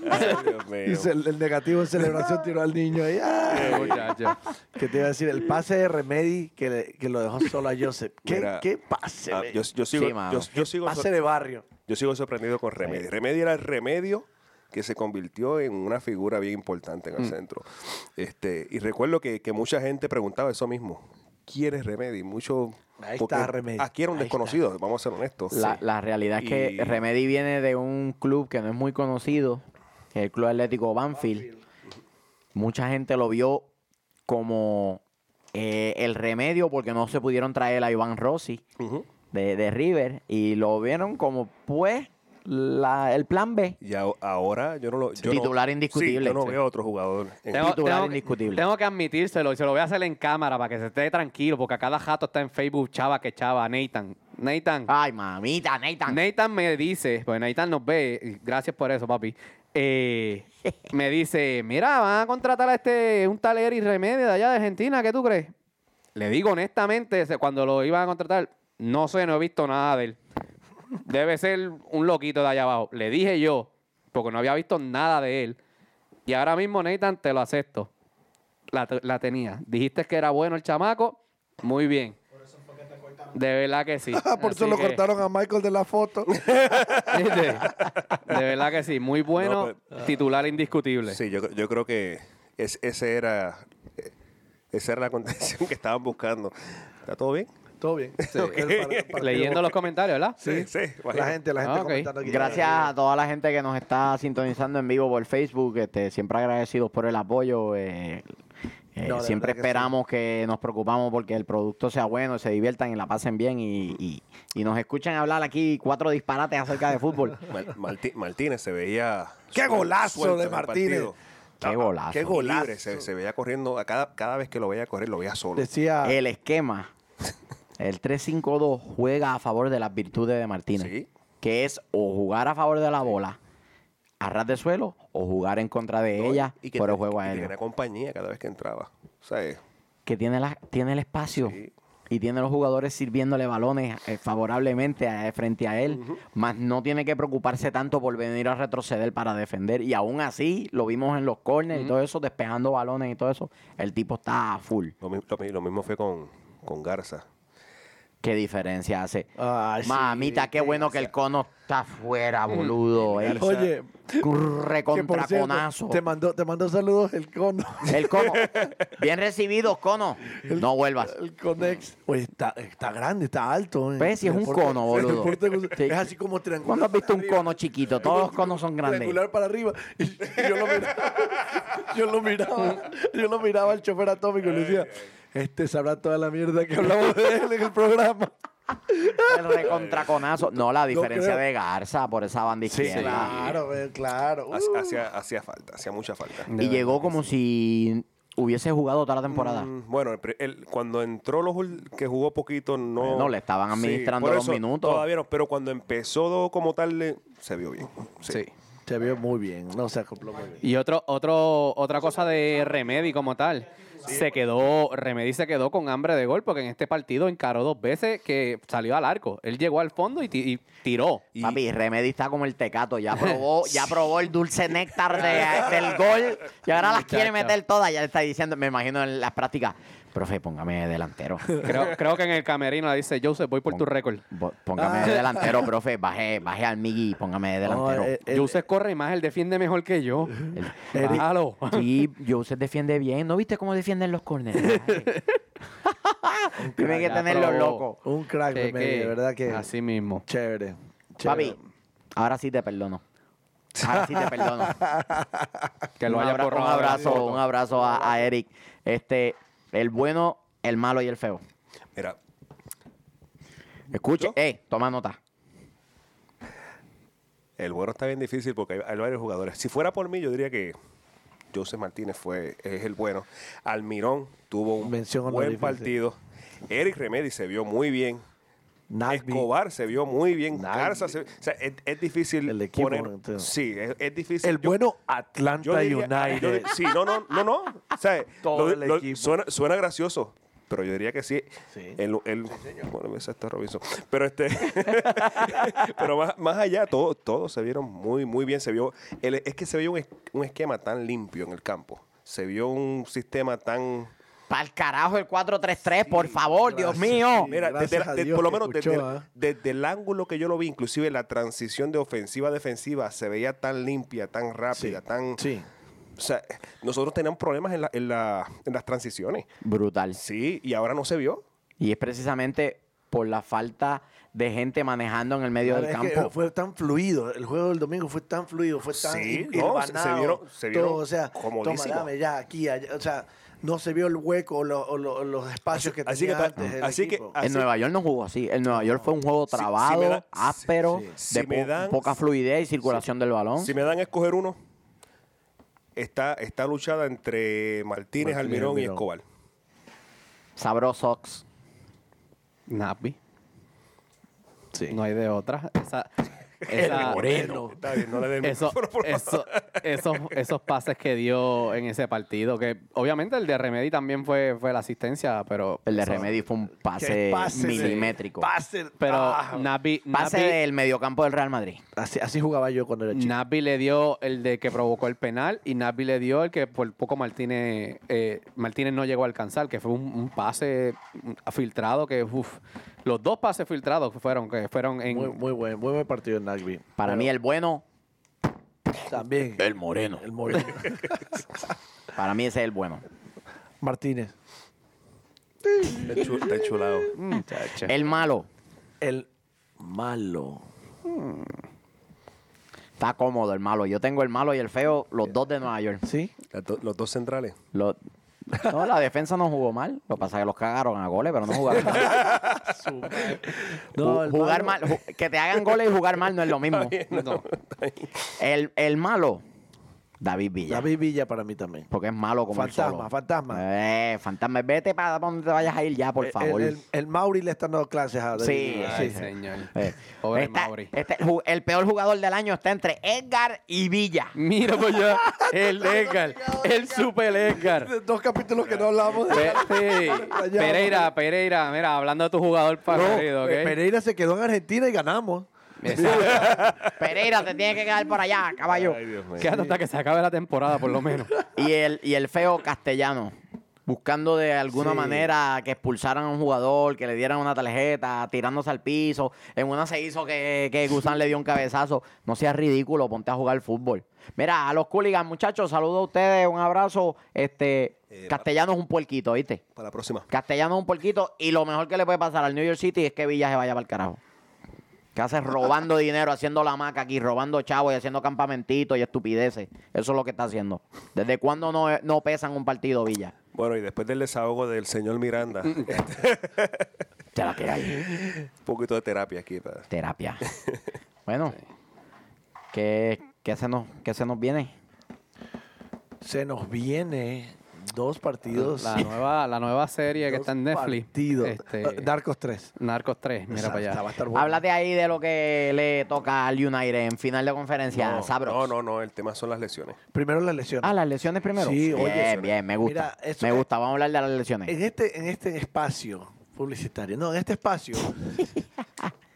[SPEAKER 5] Dios mío.
[SPEAKER 3] Dice el, el negativo de celebración tiró al niño ahí. ¡Ah!
[SPEAKER 2] Muchacho.
[SPEAKER 3] ¿Qué te iba a decir? El pase de Remedy que, le- que lo dejó solo a Joseph. ¿Qué,
[SPEAKER 5] Mira,
[SPEAKER 3] qué pase?
[SPEAKER 5] Ah,
[SPEAKER 3] ve?
[SPEAKER 5] yo, yo sigo,
[SPEAKER 1] Sí, mano.
[SPEAKER 5] yo, yo sigo
[SPEAKER 3] pase de barrio.
[SPEAKER 5] Yo sigo sorprendido con Remedio. Remedio era el remedio que se convirtió en una figura bien importante
[SPEAKER 3] Mm.
[SPEAKER 5] en el centro. Este, y recuerdo que, que mucha gente preguntaba eso mismo. ¿Quién es Remedio? Y Mucho,
[SPEAKER 3] Ahí
[SPEAKER 5] porque
[SPEAKER 3] está Remedy.
[SPEAKER 5] Aquí era un
[SPEAKER 3] Ahí
[SPEAKER 5] desconocido, vamos a ser honestos.
[SPEAKER 1] La, la realidad es que
[SPEAKER 5] Y-
[SPEAKER 1] Remedy viene de un club que no es muy conocido, que es el Club Atlético Banfield. Mucha gente lo vio como eh, el remedio porque no se pudieron traer a Iván Rossi
[SPEAKER 5] Ujú.
[SPEAKER 1] de, de River y lo vieron como, pues, la- el plan B.
[SPEAKER 5] Y a- ahora yo no lo. yo no-
[SPEAKER 1] Titular
[SPEAKER 5] sí,
[SPEAKER 1] indiscutible,
[SPEAKER 5] yo no
[SPEAKER 1] sí.
[SPEAKER 5] veo otro jugador. en-
[SPEAKER 1] Tengo- titular indiscutible.
[SPEAKER 2] tengo que admitírselo y se lo voy a hacer en cámara para que se esté tranquilo, porque a cada jato está en Facebook chava que chava, Nathan. Nathan.
[SPEAKER 1] Ay, mamita, Nathan.
[SPEAKER 2] Nathan me dice, pues Nathan nos ve, y gracias por eso, papi. eh, me dice, mira, van a contratar a este un tal Eric Remedio de allá de Argentina, ¿qué tú crees? Le digo honestamente, se- cuando lo iban a contratar, no sé, no he visto nada de él. Debe ser un loquito de allá abajo. Le dije yo, porque no había visto nada de él. Y ahora mismo, Nathan, te lo acepto. La, te- la tenía. Dijiste que era bueno el chamaco. Muy bien. De verdad que sí.
[SPEAKER 3] Por eso
[SPEAKER 2] Así
[SPEAKER 3] lo
[SPEAKER 2] que-
[SPEAKER 3] cortaron a Michael de la foto.
[SPEAKER 2] ¿Viste? De verdad que sí, muy bueno,
[SPEAKER 5] No,
[SPEAKER 2] titular indiscutible.
[SPEAKER 5] Sí, yo, yo creo que es, ese era. eh, Esa era la contención que estaban buscando. ¿Está todo bien?
[SPEAKER 3] Todo bien. El par- el partido.
[SPEAKER 2] Leyendo los comentarios, ¿verdad?
[SPEAKER 3] Sí,
[SPEAKER 5] Sí, sí,
[SPEAKER 3] La gente, la gente
[SPEAKER 2] Ah, ok.
[SPEAKER 3] comentando aquí.
[SPEAKER 1] Gracias a toda la gente que nos está sintonizando en vivo por Facebook. Este, siempre agradecidos por el apoyo. eh, eh,
[SPEAKER 3] No, de
[SPEAKER 1] siempre
[SPEAKER 3] verdad que
[SPEAKER 1] esperamos que, nos preocupamos porque el producto sea bueno, se diviertan y la pasen bien y, y- y nos escuchan hablar aquí cuatro disparates acerca de fútbol.
[SPEAKER 5] Mal- Marti- Martínez se veía.
[SPEAKER 3] ¡Qué
[SPEAKER 5] suel-
[SPEAKER 3] golazo
[SPEAKER 5] suelto
[SPEAKER 3] de
[SPEAKER 5] en el
[SPEAKER 3] Martínez!
[SPEAKER 5] partido.
[SPEAKER 1] Qué golazo.
[SPEAKER 5] ¡Qué golazo! Libre, Se, se veía corriendo. A cada, cada vez que lo veía correr, lo veía solo.
[SPEAKER 3] Decía.
[SPEAKER 1] El esquema, el 3-5-2 juega a favor de las virtudes de Martínez,
[SPEAKER 5] Sí.
[SPEAKER 1] que es o jugar a favor de la bola a ras de suelo o jugar en contra de
[SPEAKER 5] ¿no?
[SPEAKER 1] ella
[SPEAKER 5] Y
[SPEAKER 1] por el
[SPEAKER 5] te-
[SPEAKER 1] juego
[SPEAKER 5] y que
[SPEAKER 1] aéreo.
[SPEAKER 5] tenía compañía cada vez que entraba. O sea, eh,
[SPEAKER 1] que tiene, la, tiene el espacio
[SPEAKER 5] Sí.
[SPEAKER 1] y tiene los jugadores sirviéndole balones eh, favorablemente a- eh, frente a él, más no tiene que preocuparse tanto por venir a retroceder para defender. Y aún así, lo vimos en los corners y todo eso, despejando balones y todo eso, el tipo está a full.
[SPEAKER 5] lo, mi- lo mi- lo mismo fue con, con Garza.
[SPEAKER 1] ¿Qué diferencia hace?
[SPEAKER 3] Ay, sí, Mm,
[SPEAKER 1] Mamita, qué bueno que el cono está afuera, boludo. El
[SPEAKER 3] Oye, que por cierto,
[SPEAKER 1] recontraconazo.
[SPEAKER 3] te mandó, te mandó saludos el cono.
[SPEAKER 1] El cono. Bien recibido, cono. No vuelvas.
[SPEAKER 3] El conex. Oye, está, está grande, está alto. eh.
[SPEAKER 1] Pues, sí, es
[SPEAKER 3] El
[SPEAKER 1] un
[SPEAKER 3] deporte-
[SPEAKER 1] cono,
[SPEAKER 3] el
[SPEAKER 1] boludo.
[SPEAKER 3] deporte-
[SPEAKER 1] Sí.
[SPEAKER 3] Es así como triangular.
[SPEAKER 1] ¿Cuándo has visto un
[SPEAKER 3] para arriba.
[SPEAKER 1] cono chiquito? Todos los conos son grandes.
[SPEAKER 3] Triangular para arriba. Y, y yo lo miraba. yo lo miraba. Yo lo miraba al chofer atómico y le decía, este sabrá toda la mierda que hablamos de él en el programa.
[SPEAKER 1] El recontraconazo. No, la diferencia
[SPEAKER 3] creo.
[SPEAKER 1] de Garza por esa banda izquierda.
[SPEAKER 3] Claro, eh, claro.
[SPEAKER 5] Hac-
[SPEAKER 3] Uh.
[SPEAKER 5] Hacía, hacía falta, hacía mucha falta.
[SPEAKER 1] Y llegó como si hubiese jugado toda la temporada.
[SPEAKER 5] Mm, Bueno, el pri- el- cuando entró los ul- que jugó poquito, no.
[SPEAKER 1] Bueno, le estaban administrando
[SPEAKER 5] por
[SPEAKER 1] los
[SPEAKER 5] eso
[SPEAKER 1] minutos.
[SPEAKER 5] Todavía no, pero cuando empezó como tal, le- se vio bien. Sí.
[SPEAKER 2] Sí.
[SPEAKER 3] Uh, Se vio muy bien. No se acopló muy bien.
[SPEAKER 2] Y otro, otro, otra cosa de Remedy como tal. Se quedó, Remedy se quedó con hambre de gol porque en este partido encaró dos veces que salió al arco. Él llegó al fondo y, ti- y tiró.
[SPEAKER 5] Y-
[SPEAKER 1] Papi, Remedy está como el tecato. Ya probó, ya probó el dulce néctar de- del gol. Y ahora las quiere
[SPEAKER 2] Muchacho.
[SPEAKER 1] meter todas. Ya le está diciendo, me imagino en las prácticas, profe, póngame delantero.
[SPEAKER 2] Creo, creo que en el camerino le dice, Joseph, voy por tu récord.
[SPEAKER 1] Bo- Póngame de delantero, profe. Baje, baje al Miggy, póngame de delantero.
[SPEAKER 3] No, eh, eh,
[SPEAKER 2] Joseph corre más, él defiende mejor que yo.
[SPEAKER 1] Eric-
[SPEAKER 2] Bájalo.
[SPEAKER 1] ah, Sí, Joseph defiende bien. ¿No viste cómo defienden los corners? Tienen que
[SPEAKER 2] Ya
[SPEAKER 1] tenerlo
[SPEAKER 2] probó.
[SPEAKER 1] loco.
[SPEAKER 3] Un crack,
[SPEAKER 2] Sí,
[SPEAKER 3] de medio, de verdad que
[SPEAKER 2] Así mismo.
[SPEAKER 3] chévere. chévere.
[SPEAKER 1] Papi, ahora sí te perdono. Ahora sí te perdono.
[SPEAKER 2] Que lo
[SPEAKER 1] un,
[SPEAKER 2] haya
[SPEAKER 1] abra-
[SPEAKER 2] borrado
[SPEAKER 1] un
[SPEAKER 2] de la
[SPEAKER 1] abrazo,
[SPEAKER 2] foto.
[SPEAKER 1] un abrazo a, a Eric. Este, el bueno, el malo y el feo.
[SPEAKER 5] Mira,
[SPEAKER 1] Escuche,
[SPEAKER 5] ¿Yo?
[SPEAKER 1] eh, toma nota.
[SPEAKER 5] el bueno está bien difícil porque hay, hay varios jugadores. Si fuera por mí, yo diría que José Martínez fue, es el bueno. Almirón tuvo un
[SPEAKER 3] Mención
[SPEAKER 5] buen
[SPEAKER 3] honorífica, sí.
[SPEAKER 5] partido. Eric Remedy se vio muy bien.
[SPEAKER 3] Nagby.
[SPEAKER 5] Escobar se vio muy bien.
[SPEAKER 3] Nagby.
[SPEAKER 5] Garza se- o sea, es, es difícil
[SPEAKER 3] El equipo,
[SPEAKER 5] poner-
[SPEAKER 3] entonces.
[SPEAKER 5] sí, es, es difícil.
[SPEAKER 3] El
[SPEAKER 5] Yo-
[SPEAKER 3] bueno Atlanta
[SPEAKER 5] yo diría- yo
[SPEAKER 3] United.
[SPEAKER 5] di- sí, no, no, no, no. O sea,
[SPEAKER 3] Todo
[SPEAKER 5] lo-
[SPEAKER 3] el
[SPEAKER 5] lo-
[SPEAKER 3] equipo.
[SPEAKER 5] Suena, suena gracioso, pero yo diría que sí.
[SPEAKER 3] Sí.
[SPEAKER 5] El, el- bueno, me está Robinson. Pero este, pero más, más allá, todo- todos se vieron muy, muy bien. Se vio, el- es que se vio un, es- un esquema tan limpio en el campo. Se vio un sistema tan.
[SPEAKER 1] Para el carajo el 4-3-3, por favor, Dios mío.
[SPEAKER 3] Sí,
[SPEAKER 5] Mira,
[SPEAKER 3] gracias
[SPEAKER 5] desde la-
[SPEAKER 3] a
[SPEAKER 5] de-
[SPEAKER 3] Dios
[SPEAKER 5] por lo
[SPEAKER 3] que
[SPEAKER 5] menos desde,
[SPEAKER 3] escuchó,
[SPEAKER 5] el-
[SPEAKER 3] ¿ah?
[SPEAKER 5] desde el ángulo que yo lo vi, inclusive la transición de ofensiva a defensiva se veía tan limpia, tan
[SPEAKER 3] Sí,
[SPEAKER 5] rápida, tan.
[SPEAKER 3] sí.
[SPEAKER 5] O sea, nosotros teníamos problemas en, la- en la- en las transiciones.
[SPEAKER 1] Brutal.
[SPEAKER 5] Sí, y ahora no se vio.
[SPEAKER 1] Y es precisamente por la falta de gente manejando en el medio
[SPEAKER 3] Claro,
[SPEAKER 1] del
[SPEAKER 3] es que
[SPEAKER 1] campo.
[SPEAKER 3] Fue tan fluido. El juego del domingo fue tan fluido, fue tan
[SPEAKER 5] Sí,
[SPEAKER 3] sí,
[SPEAKER 5] no, se- se vieron- se vieron
[SPEAKER 3] o sea, toma,
[SPEAKER 5] comodísimo.
[SPEAKER 3] dame ya, aquí, allá. O sea, no se vio el hueco o, lo- o lo- o los espacios que
[SPEAKER 5] así
[SPEAKER 3] tenía
[SPEAKER 5] que pa-
[SPEAKER 3] antes el
[SPEAKER 5] así que-
[SPEAKER 3] equipo.
[SPEAKER 5] ah,
[SPEAKER 1] En
[SPEAKER 5] así-
[SPEAKER 1] Nueva York no jugó así. En Nueva York fue un juego
[SPEAKER 5] si me
[SPEAKER 1] trabado,
[SPEAKER 5] da- si-
[SPEAKER 1] áspero,
[SPEAKER 5] sí.
[SPEAKER 1] de
[SPEAKER 5] Si me
[SPEAKER 1] po-
[SPEAKER 5] dan-
[SPEAKER 1] poca fluidez y circulación del balón.
[SPEAKER 5] Si me dan a escoger uno, está, está luchada entre Martínez,
[SPEAKER 3] Martínez,
[SPEAKER 5] Almirón, y
[SPEAKER 3] Almirón.
[SPEAKER 5] Escobar.
[SPEAKER 1] Sabrosox.
[SPEAKER 2] Napi.
[SPEAKER 3] Sí.
[SPEAKER 2] No hay de otra. Esa, esa-
[SPEAKER 5] Moreno. Está bien, no le den
[SPEAKER 2] eso-
[SPEAKER 5] micrófono, por favor.
[SPEAKER 2] eso- esos, esos pases que dio en ese partido, que obviamente el de Remedy también fue, fue la asistencia, pero...
[SPEAKER 1] El de
[SPEAKER 2] eso-
[SPEAKER 1] Remedy fue un pase,
[SPEAKER 3] Qué pase de-
[SPEAKER 1] milimétrico.
[SPEAKER 3] Pase-
[SPEAKER 2] Pero
[SPEAKER 3] ah,
[SPEAKER 2] Napi,
[SPEAKER 1] Pase
[SPEAKER 2] Napi-
[SPEAKER 1] del mediocampo del Real Madrid.
[SPEAKER 3] así, así jugaba yo cuando era chico.
[SPEAKER 2] Napi le dio el de que provocó el penal y Napi le dio el que por poco Martínez eh, Martínez no llegó a alcanzar, que fue un, un pase filtrado que uf, los dos pases filtrados que fueron que fueron en
[SPEAKER 3] Muy, muy buen, muy buen partido en Nagby.
[SPEAKER 1] Para mí el bueno,
[SPEAKER 3] También.
[SPEAKER 1] el moreno.
[SPEAKER 3] El Moreno.
[SPEAKER 1] Para mí ese es el bueno.
[SPEAKER 3] Martínez.
[SPEAKER 5] Está chu- está chulado.
[SPEAKER 2] Mm, Chacho.
[SPEAKER 1] El malo.
[SPEAKER 3] El malo.
[SPEAKER 1] Está cómodo el malo. Yo tengo el malo y el feo, los dos de Nueva York.
[SPEAKER 3] ¿Sí?
[SPEAKER 5] Las do- los dos centrales.
[SPEAKER 1] Lo- No, la defensa no jugó mal. Lo que pasa es que los cagaron a goles, pero no jugaron mal. Ju-
[SPEAKER 3] el
[SPEAKER 1] jugar mal,
[SPEAKER 3] malo-
[SPEAKER 1] ju- que te hagan goles y jugar mal no es lo mismo.
[SPEAKER 2] No.
[SPEAKER 1] El, el malo, David Villa.
[SPEAKER 3] David Villa para mí también.
[SPEAKER 1] Porque es malo como el
[SPEAKER 3] Fantasma,
[SPEAKER 1] solo.
[SPEAKER 3] fantasma.
[SPEAKER 1] Eh, fantasma. Vete para donde te vayas a ir ya, por
[SPEAKER 3] El-
[SPEAKER 1] favor.
[SPEAKER 3] El, el Mauri le está dando clases a David
[SPEAKER 1] Sí,
[SPEAKER 3] Villa.
[SPEAKER 2] Ay, señor.
[SPEAKER 1] Eh,
[SPEAKER 2] Pobre
[SPEAKER 1] está-
[SPEAKER 2] Mauri.
[SPEAKER 1] este- el ju- el peor jugador del año está entre Edgar y Villa.
[SPEAKER 2] Mira pues ya, el Edgar, el super Edgar.
[SPEAKER 3] Dos capítulos que no hablamos.
[SPEAKER 2] Vete. Pereira, Pereira, mira, hablando de tu jugador
[SPEAKER 3] No,
[SPEAKER 2] favorito, ¿ok?
[SPEAKER 3] eh, Pereira se quedó en Argentina y ganamos.
[SPEAKER 1] Pereira, te tiene que quedar por allá, caballo.
[SPEAKER 2] Quédate hasta que se acabe la temporada, por lo menos.
[SPEAKER 1] Y el, y el feo castellano. Buscando de alguna
[SPEAKER 3] Sí.
[SPEAKER 1] manera que expulsaran a un jugador, que le dieran una tarjeta, tirándose al piso. En una se hizo que, que Gusán le dio un cabezazo. No seas ridículo, ponte a jugar fútbol. Mira, a los hooligans, muchachos, saludo a ustedes, un abrazo. Este,
[SPEAKER 5] Eh,
[SPEAKER 1] castellano es un puerquito, ¿viste?
[SPEAKER 5] Para la próxima.
[SPEAKER 1] Castellano es un puerquito y lo mejor que le puede pasar al New York City es que Villa se vaya para el carajo. Que hace robando dinero, haciendo la maca aquí, robando chavos y haciendo campamentitos y estupideces. Eso es lo que está haciendo. ¿Desde cuándo no, no pesan un partido Villa?
[SPEAKER 5] Bueno, y después del desahogo del señor Miranda, un
[SPEAKER 1] Te la tiras ahí.
[SPEAKER 5] poquito de terapia aquí. para-
[SPEAKER 1] Terapia. Bueno, ¿qué, qué se nos, ¿qué se nos viene?
[SPEAKER 3] Se nos viene dos partidos.
[SPEAKER 2] La nueva, la nueva serie que
[SPEAKER 3] dos
[SPEAKER 2] está en Netflix.
[SPEAKER 3] partidos.
[SPEAKER 2] Este,
[SPEAKER 3] Eh, Narcos 3.
[SPEAKER 2] Narcos 3, mira
[SPEAKER 3] Esa-
[SPEAKER 2] para
[SPEAKER 3] esa
[SPEAKER 2] allá.
[SPEAKER 3] va a estar buena.
[SPEAKER 1] Háblate ahí de lo que le toca al United en final de conferencia.
[SPEAKER 5] No,
[SPEAKER 1] Sabros.
[SPEAKER 5] no, no, no, el tema son las lesiones.
[SPEAKER 3] Primero las lesiones.
[SPEAKER 1] Ah, las lesiones primero.
[SPEAKER 3] Sí, oye,
[SPEAKER 1] bien, bien, me gusta.
[SPEAKER 3] mira, eso
[SPEAKER 1] me
[SPEAKER 3] que-
[SPEAKER 1] gusta, vamos a hablar de las lesiones.
[SPEAKER 3] En este, en este espacio publicitario, no, en este espacio,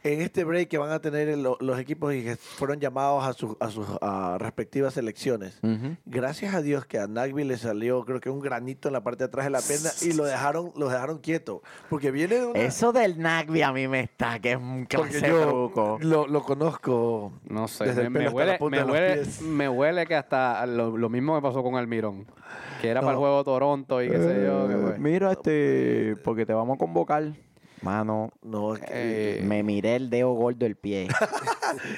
[SPEAKER 3] en este break que van a tener lo- los equipos y que fueron llamados a sus, a sus ah, respectivas selecciones,
[SPEAKER 2] Mm.
[SPEAKER 1] Ujú.
[SPEAKER 3] gracias a Dios que a Nagby le salió, creo que un granito en la parte de atrás de la pierna y lo dejaron, lo dejaron quieto. Porque viene de una-
[SPEAKER 1] Eso del Nagby a mí me está, que es un clase
[SPEAKER 3] porque
[SPEAKER 1] de
[SPEAKER 3] yo
[SPEAKER 1] truco.
[SPEAKER 3] lo, lo conozco.
[SPEAKER 2] No sé,
[SPEAKER 3] desde
[SPEAKER 2] me,
[SPEAKER 3] el
[SPEAKER 2] me
[SPEAKER 3] pelo hasta la
[SPEAKER 2] huele,
[SPEAKER 3] punta
[SPEAKER 2] me,
[SPEAKER 3] de los
[SPEAKER 2] huele,
[SPEAKER 3] pies.
[SPEAKER 2] me huele que hasta lo, lo mismo que pasó con Almirón, que era
[SPEAKER 3] No. Eh,
[SPEAKER 2] para el juego de Toronto y qué sé yo. qué fue.
[SPEAKER 1] mira, este, porque te vamos a convocar. Mano,
[SPEAKER 3] No, es que-
[SPEAKER 2] Eh,
[SPEAKER 1] me miré el dedo gordo del pie.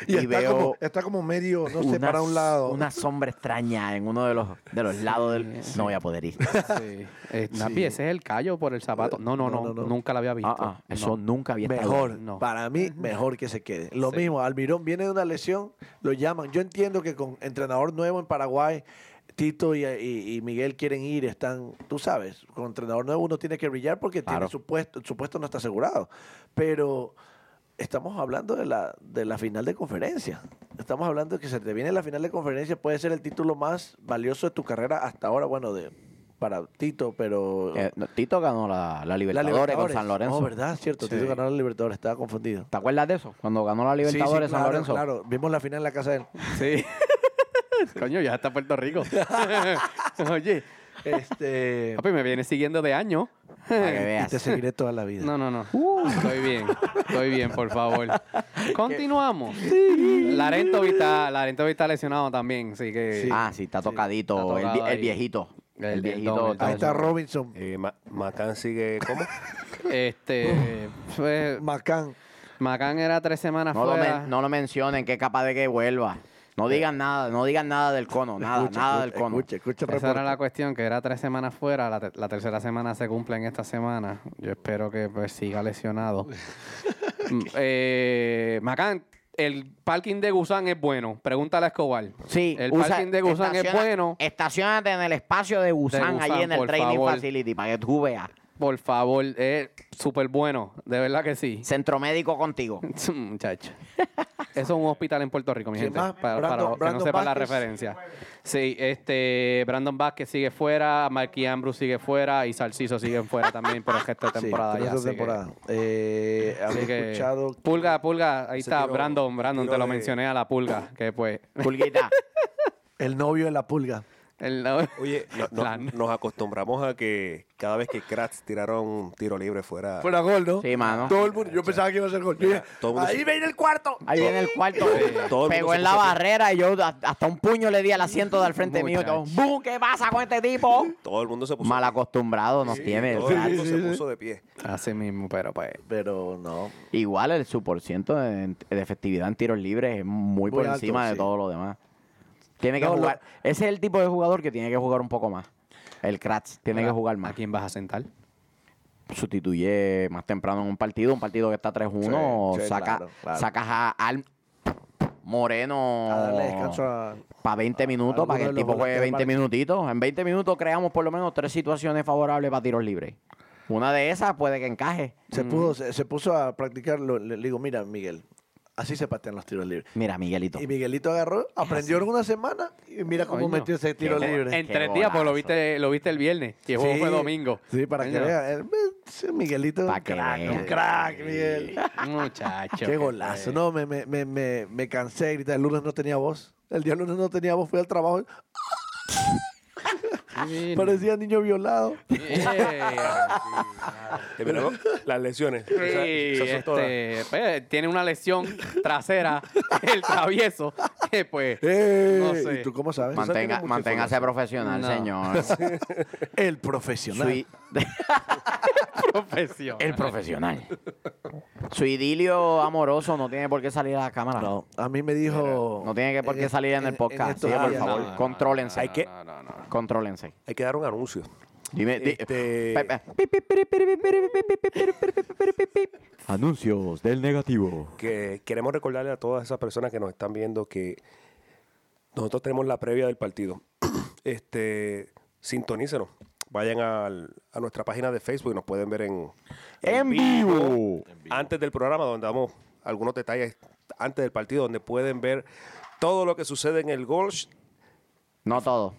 [SPEAKER 3] y
[SPEAKER 1] y
[SPEAKER 3] está,
[SPEAKER 1] veo
[SPEAKER 3] como, está como medio, no sé,
[SPEAKER 1] una,
[SPEAKER 3] para un lado.
[SPEAKER 1] una sombra extraña en uno de los, de los lados del. No voy a poder ir.
[SPEAKER 2] sí. Eh, Napi, ese es el callo por el zapato. No, no,
[SPEAKER 3] No,
[SPEAKER 2] no,
[SPEAKER 3] no, no.
[SPEAKER 2] nunca la había visto.
[SPEAKER 1] Ah, ah, eso
[SPEAKER 2] No.
[SPEAKER 1] nunca había estado.
[SPEAKER 3] Mejor,
[SPEAKER 2] No.
[SPEAKER 3] para mí, mejor que se quede. Lo
[SPEAKER 2] Sí.
[SPEAKER 3] mismo, Almirón viene de una lesión, lo llaman. Yo entiendo que con entrenador nuevo en Paraguay, Tito y, y- y Miguel quieren ir, están, tú sabes, con entrenador nuevo uno tiene que brillar porque
[SPEAKER 1] Claro.
[SPEAKER 3] tiene su puesto, su puesto no está asegurado. Pero estamos hablando de la, de la final de conferencia. Estamos hablando de que se te viene la final de conferencia, puede ser el título más valioso de tu carrera hasta ahora, bueno, de para Tito, pero...
[SPEAKER 1] Eh, no, Tito ganó la, la
[SPEAKER 3] La
[SPEAKER 1] Libertadores, con San Lorenzo.
[SPEAKER 3] Oh, ¿verdad? Cierto,
[SPEAKER 2] Sí.
[SPEAKER 3] Tito ganó la Libertadores, estaba confundido.
[SPEAKER 1] ¿Te acuerdas de eso? Cuando ganó la
[SPEAKER 3] Sí, sí,
[SPEAKER 1] Libertadores San
[SPEAKER 3] claro,
[SPEAKER 1] Lorenzo.
[SPEAKER 3] Claro, vimos la final en la casa de él.
[SPEAKER 2] Sí. Coño, ya está Puerto Rico. Oye,
[SPEAKER 3] Este,
[SPEAKER 2] papi, me viene siguiendo de año.
[SPEAKER 1] Para que
[SPEAKER 3] y te
[SPEAKER 1] veas.
[SPEAKER 3] seguiré toda la vida.
[SPEAKER 2] No, no, no.
[SPEAKER 1] Uh.
[SPEAKER 2] Estoy bien, estoy bien, por favor. Continuamos. Larento Vital, Larento Vital lesionado también, así que...
[SPEAKER 1] Ah, sí, está tocadito.
[SPEAKER 2] Está
[SPEAKER 1] el,
[SPEAKER 2] tocado
[SPEAKER 1] vie- el
[SPEAKER 2] ahí.
[SPEAKER 1] viejito. El,
[SPEAKER 2] El
[SPEAKER 1] viejito.
[SPEAKER 2] viejito, el
[SPEAKER 3] Ahí está
[SPEAKER 1] lesionado.
[SPEAKER 3] Robinson.
[SPEAKER 5] Eh, Ma- Macán sigue, ¿cómo?
[SPEAKER 2] Este, fue-
[SPEAKER 3] Macán.
[SPEAKER 2] Macán era tres semanas
[SPEAKER 1] No lo,
[SPEAKER 2] fuera.
[SPEAKER 1] men- no lo mencionen, que es capaz de que vuelva. No digan nada, no digan nada del cono, nada,
[SPEAKER 3] Escucha,
[SPEAKER 1] nada del
[SPEAKER 3] escucha,
[SPEAKER 1] cono.
[SPEAKER 3] Escucha,
[SPEAKER 2] Esa
[SPEAKER 3] escucha, reporte.
[SPEAKER 2] era la cuestión, que era tres semanas fuera. La, te- la tercera semana se cumple en esta semana. Yo espero que pues, siga lesionado. Mm, eh, Macán, el parking de Gusán es bueno. Pregúntale a Escobar.
[SPEAKER 1] Sí,
[SPEAKER 2] El
[SPEAKER 1] usa-
[SPEAKER 2] parking de Gusán es
[SPEAKER 1] estaciona-
[SPEAKER 2] bueno.
[SPEAKER 1] Estacionate en el espacio de Gusán,
[SPEAKER 2] Gusán,
[SPEAKER 1] allí en el
[SPEAKER 2] por
[SPEAKER 1] training
[SPEAKER 2] favor.
[SPEAKER 1] facility, para que tú veas.
[SPEAKER 2] Por favor, es súper bueno. De verdad que sí.
[SPEAKER 1] Centro médico contigo.
[SPEAKER 2] Muchacho. Eso es un hospital en Puerto Rico, mi
[SPEAKER 3] Sí,
[SPEAKER 2] gente.
[SPEAKER 3] más,
[SPEAKER 2] para
[SPEAKER 3] Brandon-
[SPEAKER 2] para los que no
[SPEAKER 3] Brandon
[SPEAKER 2] sepan la
[SPEAKER 3] Vázquez.
[SPEAKER 2] referencia. Sí, este Brandon Vázquez sigue fuera, Marquis Ambrose sigue fuera y Salciso sigue fuera también por el resto de
[SPEAKER 3] Sí,
[SPEAKER 2] temporada.
[SPEAKER 3] pero
[SPEAKER 2] ya,
[SPEAKER 3] esa
[SPEAKER 2] así que-
[SPEAKER 3] temporada. Eh,
[SPEAKER 2] así
[SPEAKER 3] había
[SPEAKER 2] que-
[SPEAKER 3] escuchado.
[SPEAKER 2] Pulga, pulga, ahí
[SPEAKER 5] Ese
[SPEAKER 2] está,
[SPEAKER 5] tiro-
[SPEAKER 2] Brandon, Brandon,
[SPEAKER 5] tiro
[SPEAKER 2] te lo
[SPEAKER 5] de-
[SPEAKER 2] mencioné a la pulga, que pues...
[SPEAKER 1] Pulguita.
[SPEAKER 3] El novio de la pulga.
[SPEAKER 2] el- la-
[SPEAKER 5] Oye, no- no-
[SPEAKER 2] Plan.
[SPEAKER 5] nos acostumbramos a que cada vez que Kratz tiraron un tiro libre fuera.
[SPEAKER 3] Fuera gol, ¿no?
[SPEAKER 1] Sí, mano.
[SPEAKER 3] Todo el mundo. Yo pensaba que iba a ser gol. Yo
[SPEAKER 5] Mira,
[SPEAKER 3] dije,
[SPEAKER 5] todo el mundo
[SPEAKER 3] ahí
[SPEAKER 5] se-
[SPEAKER 3] viene el cuarto.
[SPEAKER 1] Ahí viene el cuarto.
[SPEAKER 5] todo el mundo
[SPEAKER 1] Pegó
[SPEAKER 5] se
[SPEAKER 1] en la
[SPEAKER 5] puso-
[SPEAKER 1] barrera y yo a- hasta un puño le di al asiento del frente mío. Yo,
[SPEAKER 2] Muchacho.
[SPEAKER 1] ¡Bum! ¿Qué pasa con este tipo?
[SPEAKER 5] Todo el mundo se puso.
[SPEAKER 1] Mal acostumbrado nos tiene.
[SPEAKER 5] Todo
[SPEAKER 1] o
[SPEAKER 5] el
[SPEAKER 1] sea,
[SPEAKER 5] mundo se puso de pie.
[SPEAKER 2] Así mismo, pero pues...
[SPEAKER 3] Pero no.
[SPEAKER 1] Igual el su por ciento de, de efectividad en tiros libres es muy,
[SPEAKER 3] Muy
[SPEAKER 1] por
[SPEAKER 3] alto,
[SPEAKER 1] encima de
[SPEAKER 3] sí.
[SPEAKER 1] todo lo demás. Tiene que
[SPEAKER 3] No, lo-
[SPEAKER 1] jugar. Ese es el tipo de jugador que tiene que jugar un poco más. El Kratz tiene que jugar
[SPEAKER 2] ¿A
[SPEAKER 1] más.
[SPEAKER 2] quién vas a sentar?
[SPEAKER 1] Sustituye más temprano en un partido, un partido que está 3-1,
[SPEAKER 3] Sí, sí,
[SPEAKER 1] saca,
[SPEAKER 3] claro, claro.
[SPEAKER 1] sacas a al Moreno
[SPEAKER 3] A darle descanso a.
[SPEAKER 1] para 20 minutos,
[SPEAKER 3] alguno
[SPEAKER 1] para que
[SPEAKER 3] de
[SPEAKER 1] el
[SPEAKER 3] los
[SPEAKER 1] tipo juegue
[SPEAKER 3] volantes
[SPEAKER 1] 20
[SPEAKER 3] marque.
[SPEAKER 1] minutitos. En 20 minutos creamos por lo menos tres situaciones favorables para tiros libres. Una de esas puede que encaje.
[SPEAKER 3] Se, pudo, se, se puso a practicar. lo- le, le digo, mira, Miguel, así se patean los tiros libres.
[SPEAKER 1] Mira, Miguelito.
[SPEAKER 3] Y Miguelito agarró, aprendió en una semana y mira cómo
[SPEAKER 2] Coño.
[SPEAKER 3] metió ese tiro
[SPEAKER 1] Ah, Qué
[SPEAKER 3] libre.
[SPEAKER 2] En
[SPEAKER 1] Qué
[SPEAKER 2] tres días, pues lo
[SPEAKER 1] golazo.
[SPEAKER 2] viste, lo viste el viernes, y el juego fue domingo.
[SPEAKER 3] Sí, para que
[SPEAKER 2] Coño,
[SPEAKER 3] vea. eh, sí, Miguelito.
[SPEAKER 1] Pa'
[SPEAKER 3] un
[SPEAKER 1] que
[SPEAKER 3] crack,
[SPEAKER 1] vea.
[SPEAKER 3] un crack, Miguel.
[SPEAKER 2] Muchacho.
[SPEAKER 3] Qué
[SPEAKER 2] que
[SPEAKER 3] golazo.
[SPEAKER 2] fue.
[SPEAKER 3] No, me, me, me, me, me cansé de gritar. El lunes no tenía voz. El día lunes no tenía voz. Fui al trabajo.
[SPEAKER 2] Sí,
[SPEAKER 3] Parecía niño violado.
[SPEAKER 2] yeah.
[SPEAKER 5] Terminamos las lesiones.
[SPEAKER 2] Sí,
[SPEAKER 5] Esa- esas son todas.
[SPEAKER 2] este, pues, tiene una lesión trasera, el travieso, que pues...
[SPEAKER 3] ¡Eh!
[SPEAKER 2] No sé.
[SPEAKER 3] ¿Y tú cómo sabes?
[SPEAKER 5] Man-
[SPEAKER 1] Mantenga,
[SPEAKER 5] mucha
[SPEAKER 1] manténgase profesional,
[SPEAKER 2] No.
[SPEAKER 1] señor.
[SPEAKER 3] El profesional.
[SPEAKER 1] Su i-
[SPEAKER 2] profesión.
[SPEAKER 1] el profesional. Su idilio amoroso no tiene por qué salir a la cámara. No,
[SPEAKER 3] Ah, No, a mí me dijo...
[SPEAKER 1] tiene que por qué
[SPEAKER 3] en-
[SPEAKER 1] salir en el podcast.
[SPEAKER 3] estos
[SPEAKER 1] Así que, por
[SPEAKER 3] días-
[SPEAKER 1] favor,
[SPEAKER 2] no, no,
[SPEAKER 1] contrólense.
[SPEAKER 5] Hay que-
[SPEAKER 2] No, no, no.
[SPEAKER 1] Contrólense.
[SPEAKER 5] Hay que dar un anuncio.
[SPEAKER 1] Dime, di-
[SPEAKER 5] Este-
[SPEAKER 1] Pepe,
[SPEAKER 6] Anuncios del negativo.
[SPEAKER 5] que queremos recordarle a todas esas personas que nos están viendo que nosotros tenemos la previa del partido. este, sintonícenos. Vayan al- a nuestra página de Facebook y nos pueden ver en,
[SPEAKER 1] ¡En vivo!
[SPEAKER 5] antes del programa, donde damos algunos detalles antes del partido, donde pueden ver todo lo que sucede en el gol.
[SPEAKER 1] No todo.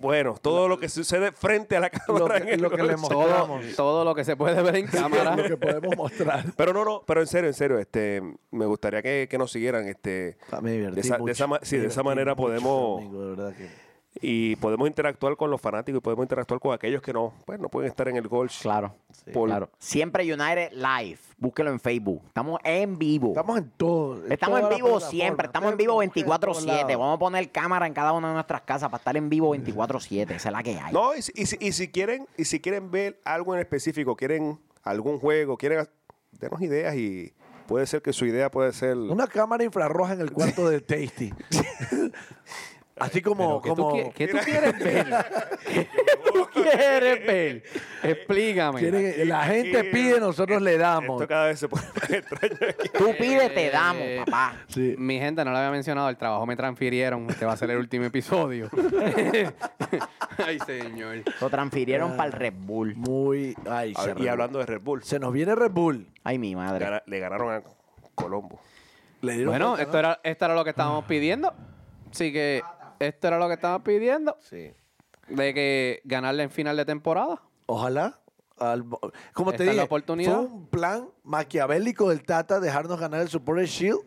[SPEAKER 5] Bueno, todo lo que sucede frente a la
[SPEAKER 3] Lo
[SPEAKER 5] cámara. en
[SPEAKER 3] que,
[SPEAKER 5] el
[SPEAKER 3] lo que
[SPEAKER 5] gol.
[SPEAKER 3] le
[SPEAKER 2] Todo,
[SPEAKER 3] mostramos.
[SPEAKER 2] todo lo que se puede ver en cámara.
[SPEAKER 3] lo que podemos mostrar.
[SPEAKER 5] Pero no, no, pero en serio, en serio, este, me gustaría que, que nos siguieran, este,
[SPEAKER 3] Ah, Me divertí
[SPEAKER 5] De esa- de
[SPEAKER 3] mucho.
[SPEAKER 5] esa ma- sí,
[SPEAKER 3] Me
[SPEAKER 5] de esa
[SPEAKER 3] divertí
[SPEAKER 5] manera
[SPEAKER 3] mucho,
[SPEAKER 5] podemos-
[SPEAKER 3] amigo, de verdad que-
[SPEAKER 5] y podemos interactuar con los fanáticos y podemos interactuar con aquellos que no, pues, no pueden estar en el gol.
[SPEAKER 1] Claro.
[SPEAKER 5] Por-
[SPEAKER 1] claro. Siempre United Live. Búsquelo en Facebook. Estamos en vivo. Estamos,
[SPEAKER 3] Estamos en todo. en
[SPEAKER 1] en
[SPEAKER 3] todas las
[SPEAKER 1] vivo
[SPEAKER 3] plataformas.
[SPEAKER 1] siempre. Estamos en
[SPEAKER 3] Ustedes
[SPEAKER 1] vivo
[SPEAKER 3] nos buscan en todos
[SPEAKER 1] 24-7.
[SPEAKER 3] lados.
[SPEAKER 1] Vamos a poner cámara en cada una de nuestras casas para estar en vivo 24-7. Esa es la que hay.
[SPEAKER 5] No, y si, y si- y si quieren, y si quieren ver algo en específico, quieren algún juego, quieren ha- denos ideas y puede ser que su idea puede ser
[SPEAKER 3] Una cámara infrarroja en el cuarto de Tasty. Así
[SPEAKER 2] Pero,
[SPEAKER 3] como...
[SPEAKER 2] ¿qué,
[SPEAKER 3] como
[SPEAKER 2] tú, qui- qué tú quieres ver? ¿Qué tú quieres ver? Explícame.
[SPEAKER 3] quieren- la gente pide,
[SPEAKER 1] eh,
[SPEAKER 3] nosotros le damos.
[SPEAKER 5] Esto cada vez se pone más extraño aquí.
[SPEAKER 1] Tú pide, te damos,
[SPEAKER 2] Eh,
[SPEAKER 1] papá.
[SPEAKER 3] Sí.
[SPEAKER 2] Mi gente no lo había mencionado, el trabajo me transfirieron, este va a ser el último episodio. Ay, señor.
[SPEAKER 1] Lo transfirieron para el Red Bull.
[SPEAKER 3] Muy... Ay, se,
[SPEAKER 5] Y
[SPEAKER 3] re-
[SPEAKER 5] hablando de Red Bull,
[SPEAKER 3] se nos viene Red Bull.
[SPEAKER 1] Ay, mi madre.
[SPEAKER 5] gana- le ganaron a Colombo.
[SPEAKER 3] Le dieron
[SPEAKER 2] Bueno,
[SPEAKER 3] vuelta,
[SPEAKER 2] esto
[SPEAKER 3] ¿no?
[SPEAKER 2] era, esto era lo que estábamos pidiendo. Así que esto era lo que estábamos pidiendo.
[SPEAKER 3] Sí.
[SPEAKER 2] De que ganarle en final de temporada.
[SPEAKER 3] Ojalá. al- como
[SPEAKER 2] Esta
[SPEAKER 3] te
[SPEAKER 2] es la
[SPEAKER 3] dije,
[SPEAKER 2] oportunidad.
[SPEAKER 3] fue un plan maquiavélico del Tata dejarnos ganar el Supporter Shield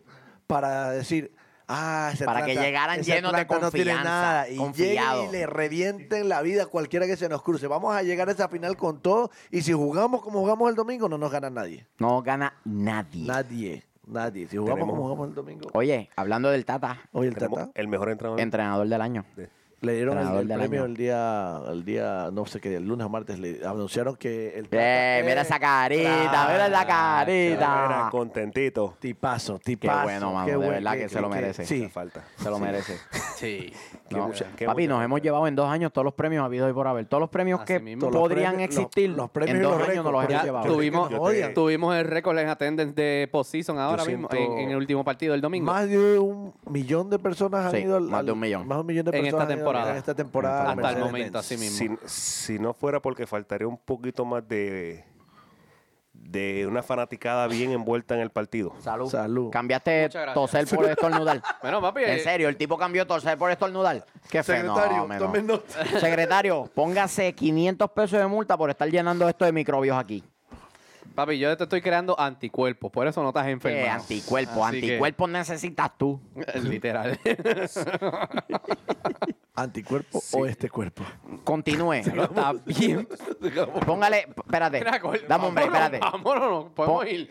[SPEAKER 3] para decir, ah, ese
[SPEAKER 1] Para que
[SPEAKER 3] Atlanta-
[SPEAKER 1] llegaran
[SPEAKER 3] ese
[SPEAKER 1] llenos de
[SPEAKER 3] Atlanta no tiene
[SPEAKER 1] confianza,
[SPEAKER 3] nada y lleguen
[SPEAKER 1] confiado.
[SPEAKER 3] y le revienten la vida a cualquiera que se nos cruce. Vamos a llegar a esa final con todo y si jugamos como jugamos el domingo no nos gana nadie.
[SPEAKER 1] No gana nadie.
[SPEAKER 3] Nadie, nadie. Si jugamos
[SPEAKER 5] Tenemos-
[SPEAKER 3] como jugamos el domingo.
[SPEAKER 1] Oye, hablando del Tata,
[SPEAKER 3] Oye, el
[SPEAKER 5] Tenemos
[SPEAKER 3] Tata.
[SPEAKER 5] el mejor entrenador.
[SPEAKER 1] entrenador del año.
[SPEAKER 3] Le dieron el-
[SPEAKER 1] Entrenador
[SPEAKER 3] el,
[SPEAKER 1] del
[SPEAKER 3] premio
[SPEAKER 1] año.
[SPEAKER 3] el día, el día, no sé qué, el lunes o martes, le anunciaron que el...
[SPEAKER 1] Eh, mira esa carita, mira esa
[SPEAKER 5] Era
[SPEAKER 1] carita.
[SPEAKER 5] contentito.
[SPEAKER 3] Tipazo,
[SPEAKER 1] Qué
[SPEAKER 3] tipazo.
[SPEAKER 1] bueno, mano, de
[SPEAKER 3] buen-
[SPEAKER 1] verdad que se lo merece.
[SPEAKER 5] Me
[SPEAKER 3] Sí,
[SPEAKER 5] falta.
[SPEAKER 1] Se lo merece.
[SPEAKER 2] Sí.
[SPEAKER 5] Qué
[SPEAKER 1] No,
[SPEAKER 5] mucha- qué
[SPEAKER 1] papi,
[SPEAKER 5] mucha
[SPEAKER 1] nos hemos
[SPEAKER 5] falta.
[SPEAKER 1] llevado en dos años todos los premios habidos y por haber. Todos los premios
[SPEAKER 2] Así
[SPEAKER 1] que
[SPEAKER 2] mismo.
[SPEAKER 3] Todos los
[SPEAKER 1] podrían
[SPEAKER 3] premios- los-
[SPEAKER 1] existir,
[SPEAKER 3] los premios
[SPEAKER 1] en
[SPEAKER 3] y
[SPEAKER 1] dos
[SPEAKER 3] los
[SPEAKER 1] años nos los
[SPEAKER 3] récords.
[SPEAKER 1] hemos
[SPEAKER 2] Ya
[SPEAKER 1] llevado.
[SPEAKER 2] tuvimos,
[SPEAKER 5] Yo te-
[SPEAKER 2] tuvimos el récord en attendance de postseason ahora mismo,
[SPEAKER 5] siento-
[SPEAKER 2] en, en el último partido del domingo.
[SPEAKER 3] más de un millón de personas han
[SPEAKER 1] Sí,
[SPEAKER 3] ido al-
[SPEAKER 1] más
[SPEAKER 3] al-
[SPEAKER 1] de un millón.
[SPEAKER 3] Más de un millón de
[SPEAKER 2] En esta
[SPEAKER 3] personas han ido-
[SPEAKER 2] temporada.
[SPEAKER 3] En esta temporada.
[SPEAKER 2] Hasta el
[SPEAKER 3] Mercedes-Benz.
[SPEAKER 2] momento, así mismo.
[SPEAKER 5] Si, si no fuera porque faltaría un poquito más de, de una fanaticada bien envuelta en el partido.
[SPEAKER 1] Salud.
[SPEAKER 3] Salud.
[SPEAKER 1] Cambiaste
[SPEAKER 2] Muchas gracias.
[SPEAKER 1] toser por estornudar.
[SPEAKER 2] Bueno, papi, eh,
[SPEAKER 1] en serio, el tipo cambió toser por estornudar. Qué
[SPEAKER 3] Secretario,
[SPEAKER 1] fenómeno.
[SPEAKER 3] tomen nota.
[SPEAKER 1] Secretario, póngase 500 pesos de multa por estar llenando esto de microbios aquí.
[SPEAKER 2] papi, yo te estoy creando anticuerpos, por eso no estás enfermo.
[SPEAKER 1] Qué anticuerpo,
[SPEAKER 2] Así que-
[SPEAKER 1] Eh, anticuerpos necesitas tú.
[SPEAKER 2] Literal.
[SPEAKER 3] ¿Anticuerpo o este cuerpo?
[SPEAKER 1] Continúe.
[SPEAKER 2] Está bien.
[SPEAKER 1] Póngale, espérate. Dame, hombre, espérate.
[SPEAKER 2] Vámonos, no podemos
[SPEAKER 1] Pon-
[SPEAKER 2] ir.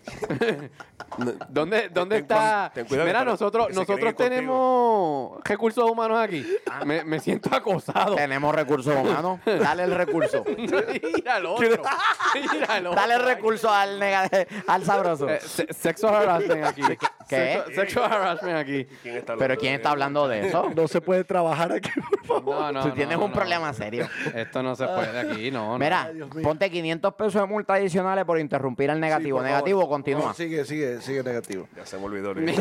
[SPEAKER 2] ¿Dónde, dónde
[SPEAKER 5] ten
[SPEAKER 2] está?
[SPEAKER 5] cuidado, ten cuidado,
[SPEAKER 2] Mira,
[SPEAKER 5] pero
[SPEAKER 2] nosotros,
[SPEAKER 5] que se
[SPEAKER 2] nosotros
[SPEAKER 5] quieren ir contigo.
[SPEAKER 2] tenemos recursos humanos aquí. Me, me siento acosado.
[SPEAKER 1] Tenemos recursos humanos. Dale el recurso.
[SPEAKER 2] Mira al otro. Mira al otro.
[SPEAKER 1] Dale el recurso al, nega- al sabroso.
[SPEAKER 2] Eh, se- sexual harassment aquí.
[SPEAKER 1] ¿Qué?
[SPEAKER 2] Sexual, sexual harassment aquí.
[SPEAKER 5] ¿Quién está
[SPEAKER 1] Pero ¿quién está hablando de eso?
[SPEAKER 3] No se puede trabajar aquí, por favor.
[SPEAKER 2] No, no,
[SPEAKER 1] Tú
[SPEAKER 2] no,
[SPEAKER 1] tienes
[SPEAKER 2] no,
[SPEAKER 1] un
[SPEAKER 2] no.
[SPEAKER 1] problema serio.
[SPEAKER 2] Esto no se puede aquí, no. no.
[SPEAKER 1] Mira,
[SPEAKER 3] Dios mío.
[SPEAKER 1] ponte 500 pesos de multa adicionales por interrumpir al negativo.
[SPEAKER 3] por favor.
[SPEAKER 1] negativo, continúa.
[SPEAKER 3] No, sigue, sigue, sigue negativo.
[SPEAKER 5] Ya se me olvidó. Luis.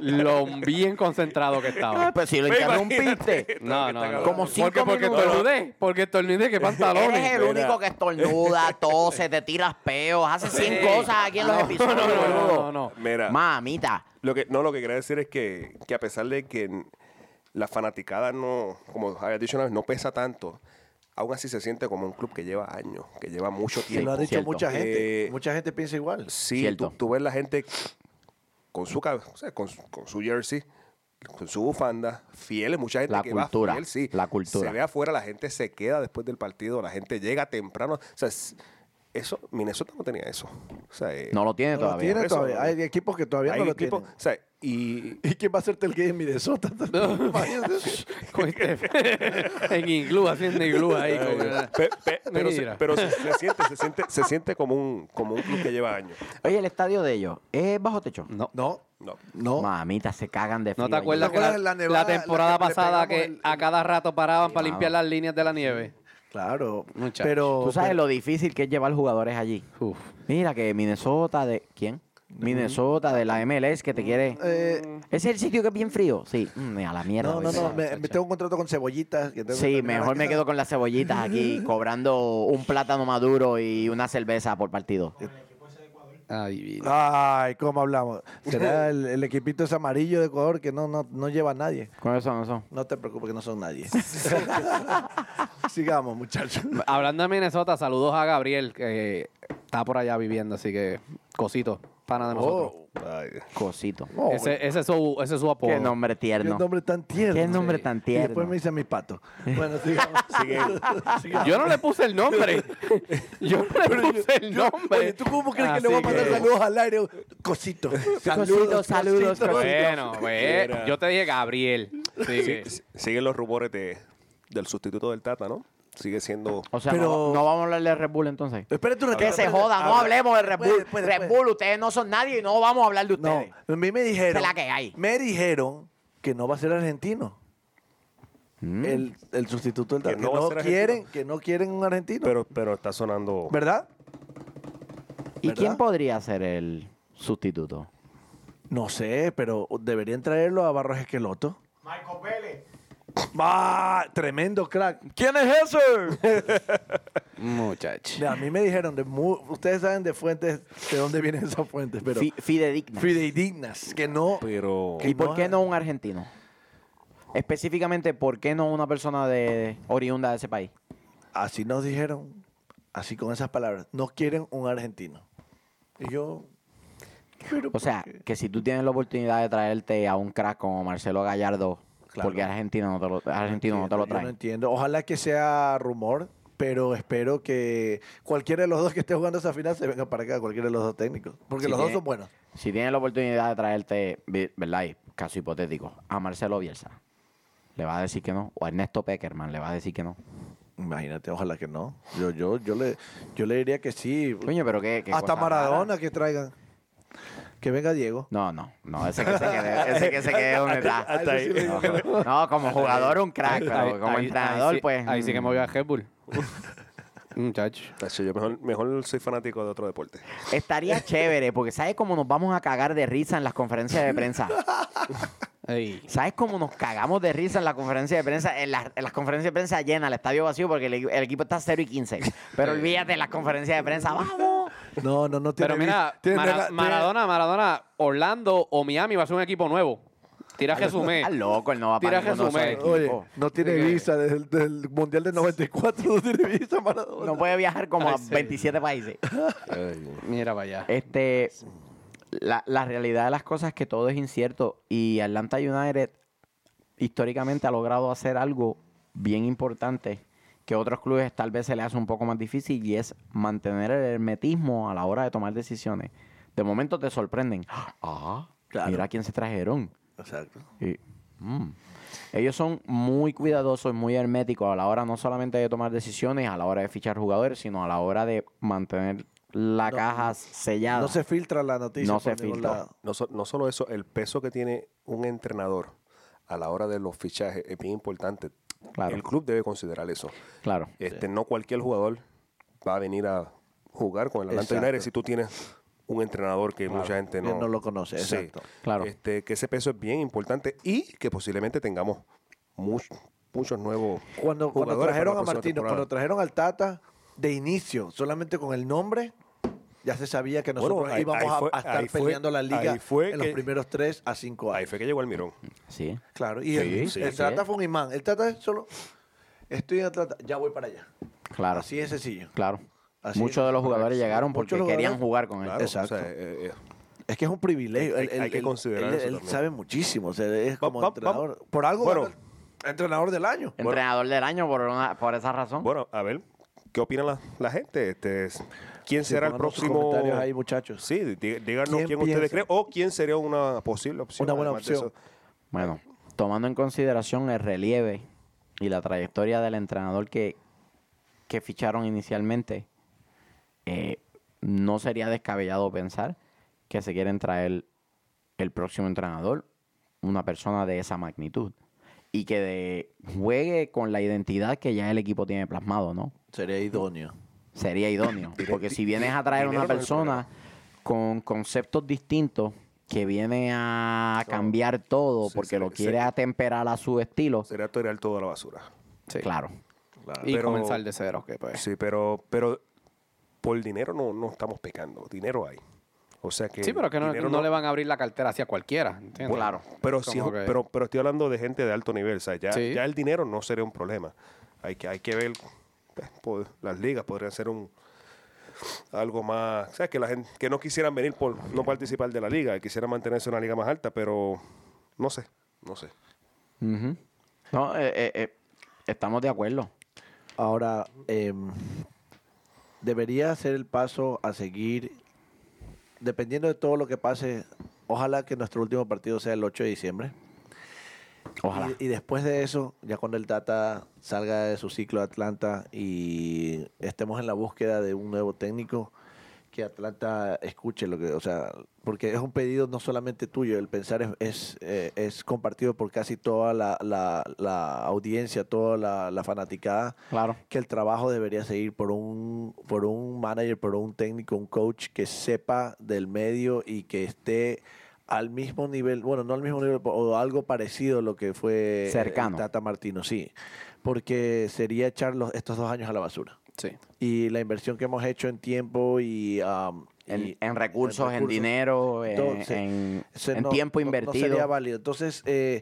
[SPEAKER 2] lo bien concentrado que estaba.
[SPEAKER 1] Pues si lo
[SPEAKER 5] Me
[SPEAKER 1] interrumpiste.
[SPEAKER 2] No, no, no.
[SPEAKER 1] Como cinco
[SPEAKER 2] porque, porque
[SPEAKER 1] minutos.
[SPEAKER 2] estornudé, porque estornudé, que pantalones.
[SPEAKER 1] Eres el
[SPEAKER 5] Mira.
[SPEAKER 1] único que estornuda, tose, te tiras peos, hace 100
[SPEAKER 2] Sí.
[SPEAKER 1] cosas aquí en los
[SPEAKER 2] No,
[SPEAKER 1] episodios.
[SPEAKER 2] no, no, no,
[SPEAKER 1] boludo.
[SPEAKER 2] no, no.
[SPEAKER 5] Mira,
[SPEAKER 1] Mamita.
[SPEAKER 5] lo que, no, lo que quería decir es que, que a pesar de que n- la fanaticada no, como había dicho una vez, no pesa tanto, aún así se siente como un club que lleva años, que lleva mucho
[SPEAKER 3] Y lo
[SPEAKER 5] tiempo.
[SPEAKER 3] ha dicho
[SPEAKER 1] cierto.
[SPEAKER 3] mucha gente.
[SPEAKER 5] Eh,
[SPEAKER 3] mucha gente piensa igual.
[SPEAKER 5] Sí,
[SPEAKER 1] Cierto.
[SPEAKER 5] tú, tú ves la gente con su, cab- o sea, con, su- con su jersey, con su bufanda, fieles, mucha gente
[SPEAKER 1] La
[SPEAKER 5] que
[SPEAKER 1] cultura,
[SPEAKER 5] va fiel, sí.
[SPEAKER 1] la cultura.
[SPEAKER 5] Se ve afuera, la gente se queda después del partido, la gente llega temprano. O sea, es- eso, Minnesota no tenía eso. O sea, eh,
[SPEAKER 1] No lo tiene
[SPEAKER 3] No lo
[SPEAKER 1] todavía.
[SPEAKER 3] tiene
[SPEAKER 5] Eso,
[SPEAKER 3] todavía. Hay equipos que todavía
[SPEAKER 5] hay
[SPEAKER 3] no lo
[SPEAKER 5] equipo-
[SPEAKER 3] tienen.
[SPEAKER 5] o sea, y
[SPEAKER 3] ¿Y quién va a hacerte el game de Sota?
[SPEAKER 2] Con este- en iglú, haciendo iglú ahí.
[SPEAKER 5] Ay,
[SPEAKER 2] con-
[SPEAKER 5] Dios. Pe- pe- pero se,
[SPEAKER 2] Mira.
[SPEAKER 5] pero se- se siente, se siente, se siente como un, como un club que lleva años.
[SPEAKER 1] Oye, el estadio de ellos, ¿es bajo techo?
[SPEAKER 2] No.
[SPEAKER 3] No,
[SPEAKER 5] No.
[SPEAKER 3] no.
[SPEAKER 1] Mamita, se cagan de frío.
[SPEAKER 2] ¿No te acuerdas
[SPEAKER 1] allí.
[SPEAKER 2] que la,
[SPEAKER 3] acuerdas
[SPEAKER 2] la
[SPEAKER 3] la nevada,
[SPEAKER 2] temporada
[SPEAKER 3] la que le
[SPEAKER 2] pasada que
[SPEAKER 3] pegamos el-
[SPEAKER 2] a cada rato paraban para limpiar las líneas de la nieve?
[SPEAKER 3] Claro.
[SPEAKER 2] Muchachos.
[SPEAKER 3] Pero.
[SPEAKER 1] Tú sabes lo difícil que es llevar jugadores allí.
[SPEAKER 2] Uf.
[SPEAKER 1] Mira que Minnesota de... ¿Quién?
[SPEAKER 2] Mm.
[SPEAKER 1] Minnesota de la MLS que te quiere...
[SPEAKER 3] Eh,
[SPEAKER 1] ¿Es el sitio que es bien frío? Sí. Mm, a la mierda.
[SPEAKER 3] No, no,
[SPEAKER 1] voy,
[SPEAKER 3] no.
[SPEAKER 1] mira.
[SPEAKER 3] Me, me tengo un contrato con cebollitas. que tengo que
[SPEAKER 1] Sí,
[SPEAKER 3] terminar
[SPEAKER 1] mejor me
[SPEAKER 3] acá.
[SPEAKER 1] quedo con las cebollitas aquí, cobrando un plátano maduro y una cerveza por partido.
[SPEAKER 2] Adivina.
[SPEAKER 3] Ay, ¿cómo hablamos? Será el, el equipito es amarillo de Ecuador que no, no, no lleva a nadie.
[SPEAKER 1] Con eso no son.
[SPEAKER 3] No te preocupes que no son nadie. Sigamos, muchachos.
[SPEAKER 2] Hablando de Minnesota, saludos a Gabriel, que está por allá viviendo, así que cosito, pana de nosotros.
[SPEAKER 3] Oh,
[SPEAKER 1] Cosito.
[SPEAKER 3] oh,
[SPEAKER 2] ese, ese es su, ese es su apodo.
[SPEAKER 1] Qué nombre
[SPEAKER 3] qué
[SPEAKER 1] tierno.
[SPEAKER 3] nombre tan tierno.
[SPEAKER 1] Qué nombre
[SPEAKER 2] Sí.
[SPEAKER 1] tan
[SPEAKER 3] Y después
[SPEAKER 1] tierno.
[SPEAKER 3] me dicen mis patos. Bueno, sigamos.
[SPEAKER 2] Yo no le puse el nombre. Yo no le puse el nombre.
[SPEAKER 3] Oye, ¿tú cómo crees
[SPEAKER 1] Ah,
[SPEAKER 3] que le voy a
[SPEAKER 2] Así
[SPEAKER 3] mandar
[SPEAKER 2] que-
[SPEAKER 3] saludos al aire? Cosito.
[SPEAKER 1] Cositos, saludos,
[SPEAKER 3] cosito.
[SPEAKER 2] Bueno, pues,
[SPEAKER 5] Mira.
[SPEAKER 2] yo te dije Gabriel. Así que-
[SPEAKER 5] Sí, siguen los rumores de, del sustituto del Tata, ¿no? Sigue siendo.
[SPEAKER 1] O sea, no,
[SPEAKER 3] Pero-
[SPEAKER 1] no vamos a hablar de Red Bull entonces.
[SPEAKER 3] Espérate un
[SPEAKER 1] Que
[SPEAKER 3] ratito,
[SPEAKER 1] se
[SPEAKER 3] espérate.
[SPEAKER 1] joda, no
[SPEAKER 3] Habla.
[SPEAKER 1] hablemos de Red Bull.
[SPEAKER 3] Puede, puede,
[SPEAKER 1] Red
[SPEAKER 3] puede.
[SPEAKER 1] Bull, ustedes no son nadie y no vamos a hablar de
[SPEAKER 3] No,
[SPEAKER 1] ustedes.
[SPEAKER 3] a mí me dijeron.
[SPEAKER 1] Esa es la que hay.
[SPEAKER 3] Me dijeron que no va a ser argentino. El, el sustituto del
[SPEAKER 5] Mm. Que
[SPEAKER 3] Tata. Que
[SPEAKER 5] no va a
[SPEAKER 3] no,
[SPEAKER 5] ser
[SPEAKER 3] quieren,
[SPEAKER 5] argentino.
[SPEAKER 3] que no quieren un argentino.
[SPEAKER 5] Pero, pero está sonando.
[SPEAKER 3] ¿Verdad?
[SPEAKER 1] ¿Y
[SPEAKER 3] ¿Verdad?
[SPEAKER 1] quién podría ser el sustituto?
[SPEAKER 3] No sé, pero deberían traerlo a Barros Esqueloto. Michael Pérez. ¡Va! Tremendo crack.
[SPEAKER 1] ¿Quién es ese?
[SPEAKER 2] Muchacho.
[SPEAKER 3] A mí me dijeron, de mu- ustedes saben de fuentes, de dónde vienen esas fuentes, pero
[SPEAKER 1] Fidedigna.
[SPEAKER 3] fidedignas, que no.
[SPEAKER 5] Pero.
[SPEAKER 1] ¿Y por
[SPEAKER 3] no
[SPEAKER 1] qué
[SPEAKER 3] es-
[SPEAKER 1] no un argentino? Específicamente, ¿por qué no una persona de oriunda de ese país?
[SPEAKER 3] Así nos dijeron, así con esas palabras, no quieren un argentino. Y yo, pero
[SPEAKER 1] O sea, que si tú tienes la oportunidad de traerte a un crack como Marcelo Gallardo,
[SPEAKER 3] Claro.
[SPEAKER 1] porque Argentina no te lo, argentino no te lo
[SPEAKER 3] Yo no
[SPEAKER 1] traen.
[SPEAKER 3] entiendo. Ojalá que sea rumor, pero espero que cualquiera de los dos que esté jugando esa final se venga para acá, cualquiera de los dos técnicos. Porque
[SPEAKER 1] Sí,
[SPEAKER 3] los dos
[SPEAKER 1] tiene-
[SPEAKER 3] son buenos.
[SPEAKER 1] Si tienes la oportunidad de traerte, vi- ¿verdad? Y caso hipotético, a Marcelo Bielsa, ¿le va a decir que no? ¿O a Ernesto Peckerman le va a decir que no?
[SPEAKER 3] Imagínate, ojalá que no. Yo, yo, yo le, yo le diría que sí.
[SPEAKER 1] Coño, pero qué, qué
[SPEAKER 3] Hasta
[SPEAKER 1] cosa
[SPEAKER 3] Maradona
[SPEAKER 1] rara.
[SPEAKER 3] que traigan. Que venga Diego.
[SPEAKER 1] No, no, no, ese que se quede, ese que se quede donde está.
[SPEAKER 5] Hasta ahí.
[SPEAKER 1] No, no, como jugador un crack, pero como entrenador,
[SPEAKER 2] sí-
[SPEAKER 1] pues.
[SPEAKER 2] Ahí sí que
[SPEAKER 1] mm.
[SPEAKER 2] me voy a Red Bull. Muchacho.
[SPEAKER 5] Tacho, yo mejor, mejor soy fanático de otro deporte.
[SPEAKER 1] mm, Estaría chévere, porque ¿sabes cómo nos vamos a cagar de risa en las conferencias de prensa?
[SPEAKER 2] Ey.
[SPEAKER 1] ¿Sabes cómo nos cagamos de risa en la conferencia de prensa? En, las- en las conferencias de prensa llena, el estadio vacío, porque el, equi- el equipo está 0 y 15. Pero olvídate de las conferencias de prensa, ¡vamos!
[SPEAKER 3] No, no, no tiene.
[SPEAKER 2] Pero mira,
[SPEAKER 3] vi- tiene
[SPEAKER 2] Mara-
[SPEAKER 3] rega- tiene-
[SPEAKER 2] Maradona, Maradona, Orlando o Miami va a ser un equipo nuevo. Tira resumen.
[SPEAKER 1] Está loco, él no va para
[SPEAKER 2] Tira
[SPEAKER 1] ninguno de esos
[SPEAKER 2] resumen.
[SPEAKER 1] equipos.
[SPEAKER 3] Oye,
[SPEAKER 5] oh,
[SPEAKER 3] no tiene
[SPEAKER 2] Oye.
[SPEAKER 3] visa desde el del Mundial del 94, no tiene visa Maradona.
[SPEAKER 1] No puede viajar como
[SPEAKER 2] Ay,
[SPEAKER 1] a
[SPEAKER 2] sí.
[SPEAKER 1] 27 países.
[SPEAKER 2] Mira para allá.
[SPEAKER 1] Este, la, la realidad de las cosas es que todo es incierto y Atlanta United históricamente ha logrado hacer algo bien importante que a otros clubes tal vez se le hace un poco más difícil y es mantener el hermetismo a la hora de tomar decisiones. De momento te sorprenden. Ah,
[SPEAKER 3] Claro.
[SPEAKER 1] mira quién se trajeron.
[SPEAKER 3] Exacto.
[SPEAKER 1] Y, mm. Ellos son muy cuidadosos, muy herméticos a la hora no solamente de tomar decisiones, a la hora de fichar jugadores, sino a la hora de mantener la
[SPEAKER 3] No,
[SPEAKER 1] caja sellada.
[SPEAKER 3] No se filtra la noticia.
[SPEAKER 1] No
[SPEAKER 3] por
[SPEAKER 1] se
[SPEAKER 3] ningún
[SPEAKER 1] filtra.
[SPEAKER 3] lado.
[SPEAKER 5] No, so- no solo eso, el peso que tiene un entrenador a la hora de los fichajes es bien importante.
[SPEAKER 1] Claro.
[SPEAKER 5] El club debe considerar eso.
[SPEAKER 1] Claro.
[SPEAKER 5] Este, No cualquier jugador va a venir a jugar con el Atlanta
[SPEAKER 3] Exacto.
[SPEAKER 5] United si tú tienes un entrenador que mucha gente no,
[SPEAKER 3] Que no lo conoce,
[SPEAKER 5] Sí.
[SPEAKER 3] exacto.
[SPEAKER 1] Claro.
[SPEAKER 5] Este, que ese peso es bien importante y que posiblemente tengamos much- muchos nuevos
[SPEAKER 3] Cuando, cuando
[SPEAKER 5] jugadores para
[SPEAKER 3] trajeron
[SPEAKER 5] la
[SPEAKER 3] a
[SPEAKER 5] próxima
[SPEAKER 3] Martino,
[SPEAKER 5] temporada.
[SPEAKER 3] cuando trajeron al Tata, de inicio, solamente con el nombre, ya se sabía que nosotros
[SPEAKER 5] Bueno, ahí-
[SPEAKER 3] íbamos
[SPEAKER 5] ahí
[SPEAKER 3] a-
[SPEAKER 5] fue-
[SPEAKER 3] a, estar
[SPEAKER 5] ahí fue-
[SPEAKER 3] peleando la liga
[SPEAKER 5] ahí fue
[SPEAKER 3] en los
[SPEAKER 5] que-
[SPEAKER 3] primeros tres a cinco
[SPEAKER 5] Ahí
[SPEAKER 3] años.
[SPEAKER 5] fue que llegó Almirón.
[SPEAKER 1] Sí.
[SPEAKER 3] Claro, y el,
[SPEAKER 1] Sí,
[SPEAKER 3] el
[SPEAKER 1] sí.
[SPEAKER 3] Tata fue un imán. El Tata es solo, estoy en Atlanta, ya voy para allá.
[SPEAKER 1] Claro.
[SPEAKER 3] Así de sencillo.
[SPEAKER 1] Claro.
[SPEAKER 3] Así
[SPEAKER 1] Muchos
[SPEAKER 3] es,
[SPEAKER 1] de los jugadores
[SPEAKER 3] correcto.
[SPEAKER 1] llegaron
[SPEAKER 3] Muchos
[SPEAKER 1] porque
[SPEAKER 3] jugadores-
[SPEAKER 1] querían jugar con él.
[SPEAKER 5] Claro, o sea,
[SPEAKER 3] Exacto.
[SPEAKER 5] eh, eh,
[SPEAKER 3] Es que es un privilegio.
[SPEAKER 5] Hay-
[SPEAKER 3] Él-
[SPEAKER 5] hay
[SPEAKER 3] él-
[SPEAKER 5] que
[SPEAKER 3] él-
[SPEAKER 5] considerar
[SPEAKER 3] él,
[SPEAKER 5] eso
[SPEAKER 3] él
[SPEAKER 5] también.
[SPEAKER 3] sabe muchísimo. o sea, es
[SPEAKER 5] Va-
[SPEAKER 3] como
[SPEAKER 5] va- va-
[SPEAKER 3] entrenador. Por algo,
[SPEAKER 5] Bueno.
[SPEAKER 3] ganó el entrenador del año.
[SPEAKER 1] Entrenador del año por, una- por esa razón.
[SPEAKER 5] Bueno, a ver, ¿qué opina la, la gente? Este, es- ¿Quién
[SPEAKER 3] Sí,
[SPEAKER 5] será el
[SPEAKER 3] pongan sus
[SPEAKER 5] próximo?
[SPEAKER 3] comentarios ahí, muchachos.
[SPEAKER 5] Sí, dí- díganos
[SPEAKER 3] ¿Quién
[SPEAKER 5] quién, ustedes
[SPEAKER 3] piensa?
[SPEAKER 5] creen o quién sería una posible opción.
[SPEAKER 3] Una buena
[SPEAKER 5] además de
[SPEAKER 3] opción.
[SPEAKER 5] eso.
[SPEAKER 1] Bueno, tomando en consideración el relieve y la trayectoria del entrenador que, que ficharon inicialmente, eh, no sería descabellado pensar que se quieren traer el próximo entrenador una persona de esa magnitud y que de- juegue con la identidad que ya el equipo tiene plasmado, ¿no?
[SPEAKER 3] Sería idóneo.
[SPEAKER 1] sería idóneo. Porque si vienes a traer a
[SPEAKER 5] dinero
[SPEAKER 1] una
[SPEAKER 5] no es el
[SPEAKER 1] persona con conceptos distintos que viene a cambiar todo
[SPEAKER 5] Sí,
[SPEAKER 1] porque
[SPEAKER 5] sí,
[SPEAKER 1] lo
[SPEAKER 5] sí.
[SPEAKER 1] quiere atemperar a su estilo,
[SPEAKER 5] Sería tirar todo a la basura.
[SPEAKER 2] Sí.
[SPEAKER 1] claro.
[SPEAKER 2] Y
[SPEAKER 5] Pero-
[SPEAKER 2] comenzar de cero, que pues.
[SPEAKER 5] Sí, pero, pero por dinero no, no estamos pecando. Dinero hay. O sea que.
[SPEAKER 2] Sí, pero que no,
[SPEAKER 5] dinero
[SPEAKER 2] no le van a abrir la cartera hacia cualquiera. ¿entiendes?
[SPEAKER 1] Claro.
[SPEAKER 5] Pero, sí,
[SPEAKER 2] Como que-
[SPEAKER 5] pero, pero estoy hablando de gente de alto nivel. O sea, ya,
[SPEAKER 2] Sí.
[SPEAKER 5] ya el dinero no sería un problema. Hay que, hay que ver. eh, po- Las ligas podrían ser un algo más. O sea, que la gente que no quisieran venir por no participar de la liga, quisieran mantenerse en una liga más alta, pero no sé, no sé.
[SPEAKER 1] Ujú. No, eh, eh, eh, estamos de acuerdo.
[SPEAKER 3] Ahora, em, debería ser el paso a seguir, dependiendo de todo lo que pase, ojalá que nuestro último partido sea el 8 de diciembre.
[SPEAKER 1] Ojalá.
[SPEAKER 3] Y, y después de eso, ya cuando el Tata salga de su ciclo de Atlanta y estemos en la búsqueda de un nuevo técnico, que Atlanta escuche lo que, o sea, porque es un pedido no solamente tuyo, el pensar es, es, eh, es compartido por casi toda la, la- la audiencia, toda la, la fanaticada
[SPEAKER 1] Claro.
[SPEAKER 3] que el trabajo debería seguir por un, por un manager, por un técnico, un coach que sepa del medio y que esté al mismo nivel, bueno, no al mismo nivel, o algo parecido a lo que fue eh,
[SPEAKER 1] Cercano.
[SPEAKER 3] Tata Martino, sí, porque sería echar los- estos dos años a la basura.
[SPEAKER 2] Sí.
[SPEAKER 3] Y la inversión que hemos hecho en tiempo y... um,
[SPEAKER 1] En,
[SPEAKER 3] y-
[SPEAKER 1] en recursos, en,
[SPEAKER 3] recursos.
[SPEAKER 1] dinero, en,
[SPEAKER 3] Entonces,
[SPEAKER 1] en-
[SPEAKER 3] se-
[SPEAKER 1] en
[SPEAKER 3] no-
[SPEAKER 1] tiempo
[SPEAKER 3] no- no
[SPEAKER 1] invertido.
[SPEAKER 3] sería válido. Entonces, eh,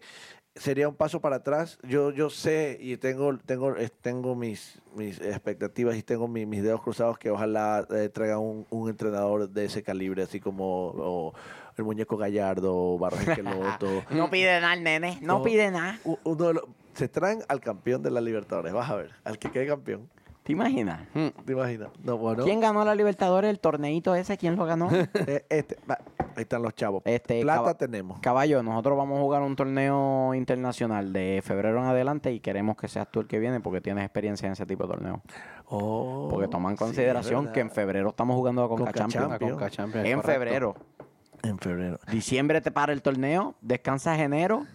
[SPEAKER 3] sería un paso para atrás. Yo, yo sé y tengo, tengo, eh, tengo mis, mis expectativas y tengo mi- mis dedos cruzados que ojalá eh, traiga un, un entrenador de ese calibre, así como o el muñeco Gallardo, Barros Esqueloto.
[SPEAKER 1] no pide nada, el nene. No,
[SPEAKER 3] Mm. No.
[SPEAKER 1] pide nada.
[SPEAKER 3] U- uno de los- se traen al campeón de la Libertadores, vas a ver, al que quede campeón.
[SPEAKER 1] ¿Te imaginas?
[SPEAKER 3] ¿Te imaginas? No, bueno.
[SPEAKER 1] ¿Quién ganó la Libertadores? El torneito ese, ¿quién lo ganó?
[SPEAKER 3] Eh, este, va, ahí están los chavos.
[SPEAKER 1] Este,
[SPEAKER 3] Plata
[SPEAKER 1] caba-
[SPEAKER 3] tenemos.
[SPEAKER 1] Caballo, nosotros vamos a jugar un torneo internacional de febrero en adelante y queremos que seas tú el que viene porque tienes experiencia en ese tipo de torneo.
[SPEAKER 3] Oh,
[SPEAKER 1] Porque toma en
[SPEAKER 3] sí, es
[SPEAKER 1] consideración
[SPEAKER 3] verdad.
[SPEAKER 1] que en febrero estamos jugando a Conca
[SPEAKER 3] Conca
[SPEAKER 1] Champions.
[SPEAKER 3] Champions.
[SPEAKER 2] Conca Champions,
[SPEAKER 1] En
[SPEAKER 2] correcto.
[SPEAKER 1] febrero.
[SPEAKER 3] En febrero.
[SPEAKER 1] Diciembre te para el torneo, descansas enero,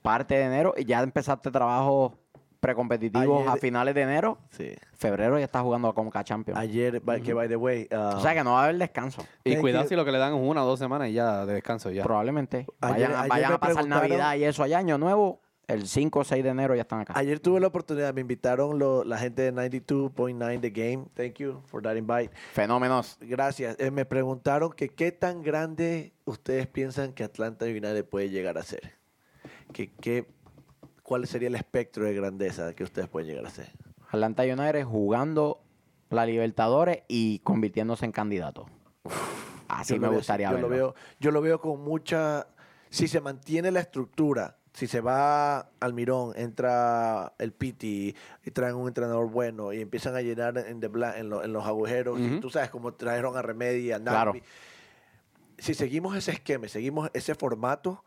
[SPEAKER 1] parte de enero y ya empezaste trabajos precompetitivos
[SPEAKER 3] Ayer-
[SPEAKER 1] a finales de enero.
[SPEAKER 3] Sí.
[SPEAKER 1] Febrero ya estás jugando a Conca Champions.
[SPEAKER 3] Ayer, by- que by the way, ah,
[SPEAKER 1] O sea que no va a haber descanso.
[SPEAKER 2] Y
[SPEAKER 3] Thank
[SPEAKER 2] cuidado
[SPEAKER 3] you.
[SPEAKER 2] si lo que le dan es una o dos semanas y ya de descanso ya.
[SPEAKER 1] Probablemente. Vayan,
[SPEAKER 3] Ayer-
[SPEAKER 1] a-
[SPEAKER 3] ayer
[SPEAKER 1] vayan
[SPEAKER 3] me
[SPEAKER 1] a pasar
[SPEAKER 3] preguntaron-
[SPEAKER 1] Navidad y eso allá, Año Nuevo. El 5 o 6 de enero ya están acá.
[SPEAKER 3] ayer tuve la oportunidad, me invitaron lo- la gente de 92.9 The Game. Thank you for that invite.
[SPEAKER 1] Fenómenos.
[SPEAKER 3] Gracias. Eh, me preguntaron que qué tan grande ustedes piensan que Atlanta United puede llegar a ser. Que, que- ¿Cuál sería el espectro de grandeza que ustedes pueden llegar a ser?
[SPEAKER 1] Atlanta United jugando la Libertadores y convirtiéndose en candidato. Así
[SPEAKER 3] Yo
[SPEAKER 1] me
[SPEAKER 3] lo veo
[SPEAKER 1] gustaría
[SPEAKER 3] yo
[SPEAKER 1] verlo.
[SPEAKER 3] Lo veo, yo lo veo con mucha... Si se mantiene la estructura, si se va Almirón, entra el Piti y traen un entrenador bueno y empiezan a llenar en, the bla- en, lo- en los agujeros, y tú sabes cómo trajeron a Remedy, a Nagby.
[SPEAKER 1] Claro.
[SPEAKER 3] Si seguimos ese esquema, y seguimos ese formato,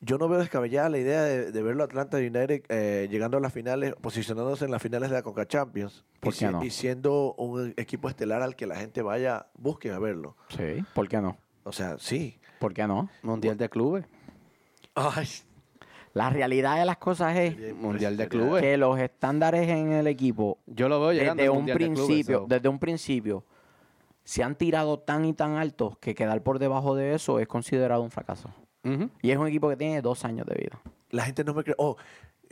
[SPEAKER 3] yo no veo descabellada la idea de, de verlo a Atlanta United eh, llegando a las finales, posicionándose en las finales de la Conca Champions
[SPEAKER 1] ¿Por
[SPEAKER 3] y,
[SPEAKER 1] qué
[SPEAKER 3] si-
[SPEAKER 1] no?
[SPEAKER 3] y siendo un equipo estelar al que la gente vaya, busque a verlo.
[SPEAKER 1] Sí, ¿por qué no?
[SPEAKER 3] O sea, sí.
[SPEAKER 1] ¿Por qué no?
[SPEAKER 2] Mundial de clubes.
[SPEAKER 3] Ay,
[SPEAKER 1] La realidad de las cosas es
[SPEAKER 2] Mundial de clubes.
[SPEAKER 1] que los estándares en el equipo
[SPEAKER 2] Yo lo veo llegando
[SPEAKER 1] desde
[SPEAKER 2] al
[SPEAKER 1] un
[SPEAKER 2] Mundial de clubes,
[SPEAKER 1] principio,
[SPEAKER 2] so.
[SPEAKER 1] desde un principio se han tirado tan y tan altos que quedar por debajo de eso es considerado un fracaso.
[SPEAKER 2] Ujú.
[SPEAKER 1] Y es un equipo que tiene dos años de vida.
[SPEAKER 3] La gente no me cree. Oh,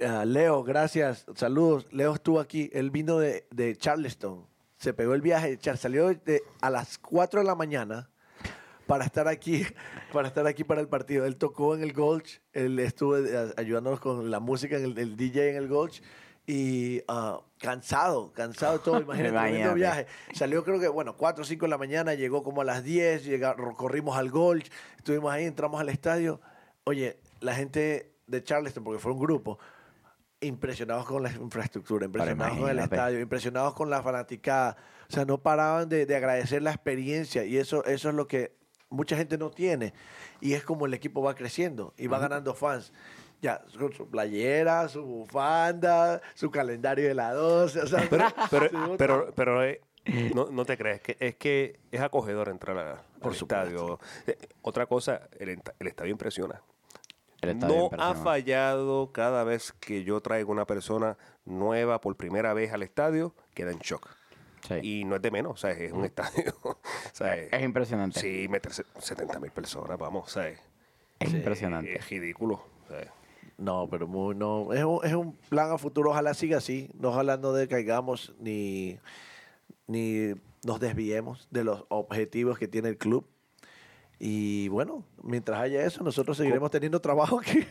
[SPEAKER 3] ah, Leo, gracias. Saludos. Leo estuvo aquí. Él vino de, de Charleston. Se pegó el viaje. de Char- Salió de- a las 4 de la mañana para estar aquí para estar aquí para el partido. Él tocó en el Gulch. Él estuvo eh, ayudándonos con la música, en el, el DJ en el Gulch. Y ah, cansado, cansado de todo. Imagínate, tremendo
[SPEAKER 1] Imagínate.
[SPEAKER 3] viaje. viaje. Salió creo que, bueno, 4 o 5 de la mañana, llegó como a las 10, llega- corrimos al Golch, estuvimos ahí, entramos al estadio. Oye, la gente de Charleston, porque fue un grupo, impresionados con la infraestructura, impresionados con el
[SPEAKER 1] imagínate.
[SPEAKER 3] estadio, impresionados con la fanaticada. O sea, no paraban de, de agradecer la experiencia y eso, eso es lo que mucha gente no tiene. Y es como el equipo va creciendo y va ganando fans. Ya, con su playera, su bufanda, su calendario de la 12. o sea,
[SPEAKER 5] Pero,
[SPEAKER 3] se
[SPEAKER 5] pero,
[SPEAKER 3] nota.
[SPEAKER 5] pero, pero, eh, no, no te creas, que, es que es acogedor entrar a- al estadio. Eh, Otra cosa, el, enta- el estadio impresiona.
[SPEAKER 1] El estadio
[SPEAKER 5] No ha
[SPEAKER 1] impresionante.
[SPEAKER 5] fallado cada vez que yo traigo una persona nueva por primera vez al estadio, queda en shock.
[SPEAKER 1] Sí. Mm. Eh,
[SPEAKER 5] Y no es de menos, o sea, es un estadio. o sea,
[SPEAKER 1] Es impresionante.
[SPEAKER 5] Sí, meter 70 mil personas, vamos, o sea, es-
[SPEAKER 1] Es impresionante.
[SPEAKER 5] es ridículo. o sea.
[SPEAKER 3] No, pero muy- no. Es un, es un plan a futuro. Ojalá siga así. No, ojalá no decaigamos ni, ni nos desviemos de los objetivos que tiene el club. Y bueno, mientras haya eso, nosotros seguiremos teniendo trabajo aquí.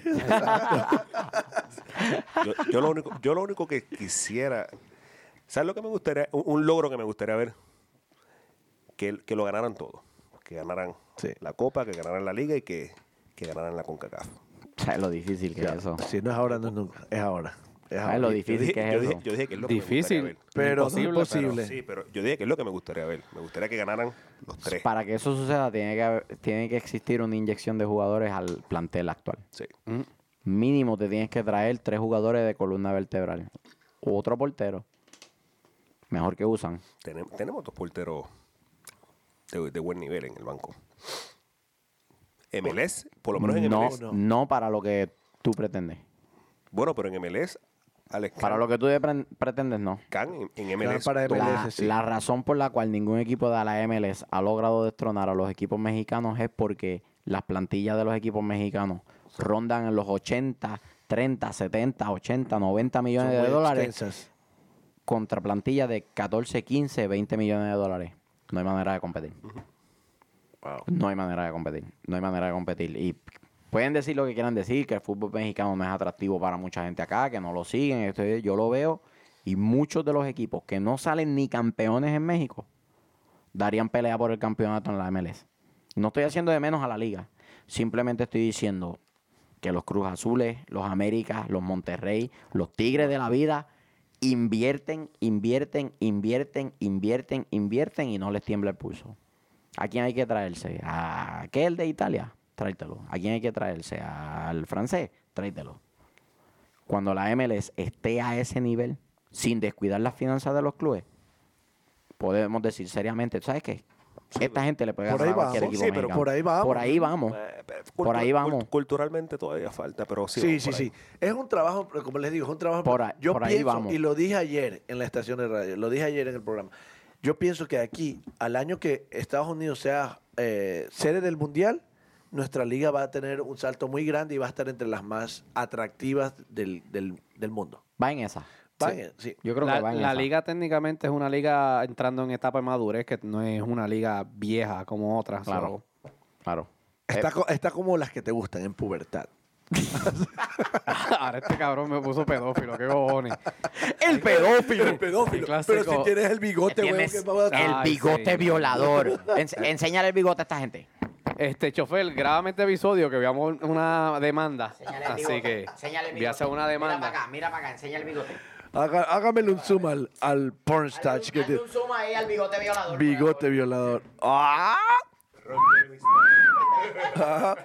[SPEAKER 5] Yo, yo lo único, yo lo único que quisiera, ¿sabes lo que me gustaría? Un, un logro que me gustaría ver, que, que lo ganaran todo, que ganaran
[SPEAKER 3] Sí.
[SPEAKER 5] la Copa, que ganaran la Liga y que, que ganaran la CONCACAF.
[SPEAKER 1] ¿Sabes lo difícil que es eso?
[SPEAKER 3] si no es ahora, no es nunca. Es ahora. Es
[SPEAKER 1] ¿Sabes
[SPEAKER 3] ahora.
[SPEAKER 1] lo
[SPEAKER 5] Yo
[SPEAKER 1] difícil
[SPEAKER 5] dije,
[SPEAKER 1] que es eso?
[SPEAKER 5] yo dije- yo dije que es lo que
[SPEAKER 2] Difícil,
[SPEAKER 5] me gustaría ver.
[SPEAKER 3] Pero no
[SPEAKER 2] Imposible,
[SPEAKER 3] es posible.
[SPEAKER 5] Sí, pero yo dije que es lo que me gustaría ver. Me gustaría que ganaran los tres.
[SPEAKER 1] Para que eso suceda, tiene que, haber- tiene que existir una inyección de jugadores al plantel actual.
[SPEAKER 5] Sí.
[SPEAKER 1] ¿Mm? Mínimo te tienes que traer tres jugadores de columna vertebral. Otro portero. Mejor que usan.
[SPEAKER 5] Tenem- tenemos dos porteros de, de buen nivel en el banco. MLS, por lo menos en
[SPEAKER 1] No,
[SPEAKER 5] MLS.
[SPEAKER 1] no. para lo que tú pretendes.
[SPEAKER 5] Bueno, pero en MLS, Alex
[SPEAKER 1] Para lo que tú depren- pretendes, no.
[SPEAKER 5] Can en, en
[SPEAKER 3] Claro,
[SPEAKER 5] MLS.
[SPEAKER 3] para
[SPEAKER 5] todo.
[SPEAKER 1] La,
[SPEAKER 3] MLS, sí.
[SPEAKER 1] la razón por la cual ningún equipo de la MLS ha logrado destronar a los equipos mexicanos es porque las plantillas de los equipos mexicanos rondan en los 80, 30, 70, 80, 90
[SPEAKER 3] Son
[SPEAKER 1] millones
[SPEAKER 3] muy
[SPEAKER 1] de dólares
[SPEAKER 3] extensas.
[SPEAKER 1] contra plantillas de 14, 15, 20 millones de dólares. No hay manera de competir. No hay manera de competir. No hay manera de competir. Y pueden decir lo que quieran decir, que el fútbol mexicano no es atractivo para mucha gente acá, que no lo siguen. esto y- yo lo veo. Y muchos de los equipos que no salen ni campeones en México darían pelea por el campeonato en la MLS. No estoy haciendo de menos a la liga. Simplemente estoy diciendo que los Cruz Azules, los Américas, los Monterrey, los Tigres de la Vida invierten, invierten, invierten, invierten, invierten y no les tiembla el pulso. ¿A quién hay que traerse? ¿A aquel de Italia? Tráetelo. ¿A quién hay que traerse? ¿Al francés? Tráetelo. Cuando la MLS esté a ese nivel, sin descuidar las finanzas de los clubes, podemos decir seriamente, ¿sabes qué? Esta gente le puede
[SPEAKER 3] Por
[SPEAKER 1] ganar a
[SPEAKER 3] ahí
[SPEAKER 1] cualquier
[SPEAKER 3] vamos.
[SPEAKER 1] equipo
[SPEAKER 5] Sí, pero
[SPEAKER 1] mexicano.
[SPEAKER 3] por ahí vamos.
[SPEAKER 1] Por ahí vamos.
[SPEAKER 5] Eh, pero
[SPEAKER 1] Por ahí
[SPEAKER 5] cultu-
[SPEAKER 1] vamos.
[SPEAKER 5] cult- Culturalmente todavía falta, pero sí.
[SPEAKER 3] Sí,
[SPEAKER 5] vamos
[SPEAKER 3] sí,
[SPEAKER 5] por ahí.
[SPEAKER 3] sí. Es un trabajo, pero como les digo, es un trabajo.
[SPEAKER 1] Por ahí-
[SPEAKER 3] yo
[SPEAKER 1] por ahí
[SPEAKER 3] pienso,
[SPEAKER 1] vamos.
[SPEAKER 3] y lo dije ayer en la estación de radio, lo dije ayer en el programa. Yo pienso que aquí, al año que Estados Unidos sea eh, sede del Mundial, nuestra liga va a tener un salto muy grande y va a estar entre las más atractivas del, del, del mundo.
[SPEAKER 1] Va en esa.
[SPEAKER 3] Va, eh, sí.
[SPEAKER 1] Yo creo
[SPEAKER 2] la,
[SPEAKER 1] que va en
[SPEAKER 2] la
[SPEAKER 1] esa.
[SPEAKER 2] liga técnicamente es una liga entrando en etapa de madurez, que no es una liga vieja como otras.
[SPEAKER 1] Claro. Claro.
[SPEAKER 3] Está, co- está como las que te gustan en pubertad.
[SPEAKER 2] so- Ahora este cabrón me puso pedófilo, qué cojones.
[SPEAKER 1] El pedófilo.
[SPEAKER 3] El pedófilo.
[SPEAKER 2] El clásico-
[SPEAKER 3] Pero si tienes el bigote, weón,
[SPEAKER 1] Tienes
[SPEAKER 3] que vamos a-
[SPEAKER 2] Ay,
[SPEAKER 1] el bigote
[SPEAKER 2] señor.
[SPEAKER 1] violador. Ens- enséñale el bigote a esta gente.
[SPEAKER 2] Este chofer, grábame este episodio que veamos una demanda. Así que voy a hacer una demanda.
[SPEAKER 1] acá, mira para acá, enseña el bigote.
[SPEAKER 3] Haga- hágamele un zoom al, al pornstash que te-
[SPEAKER 1] zoom ahí al bigote violador.
[SPEAKER 3] Bigote violador. ¡Ah! Ajá.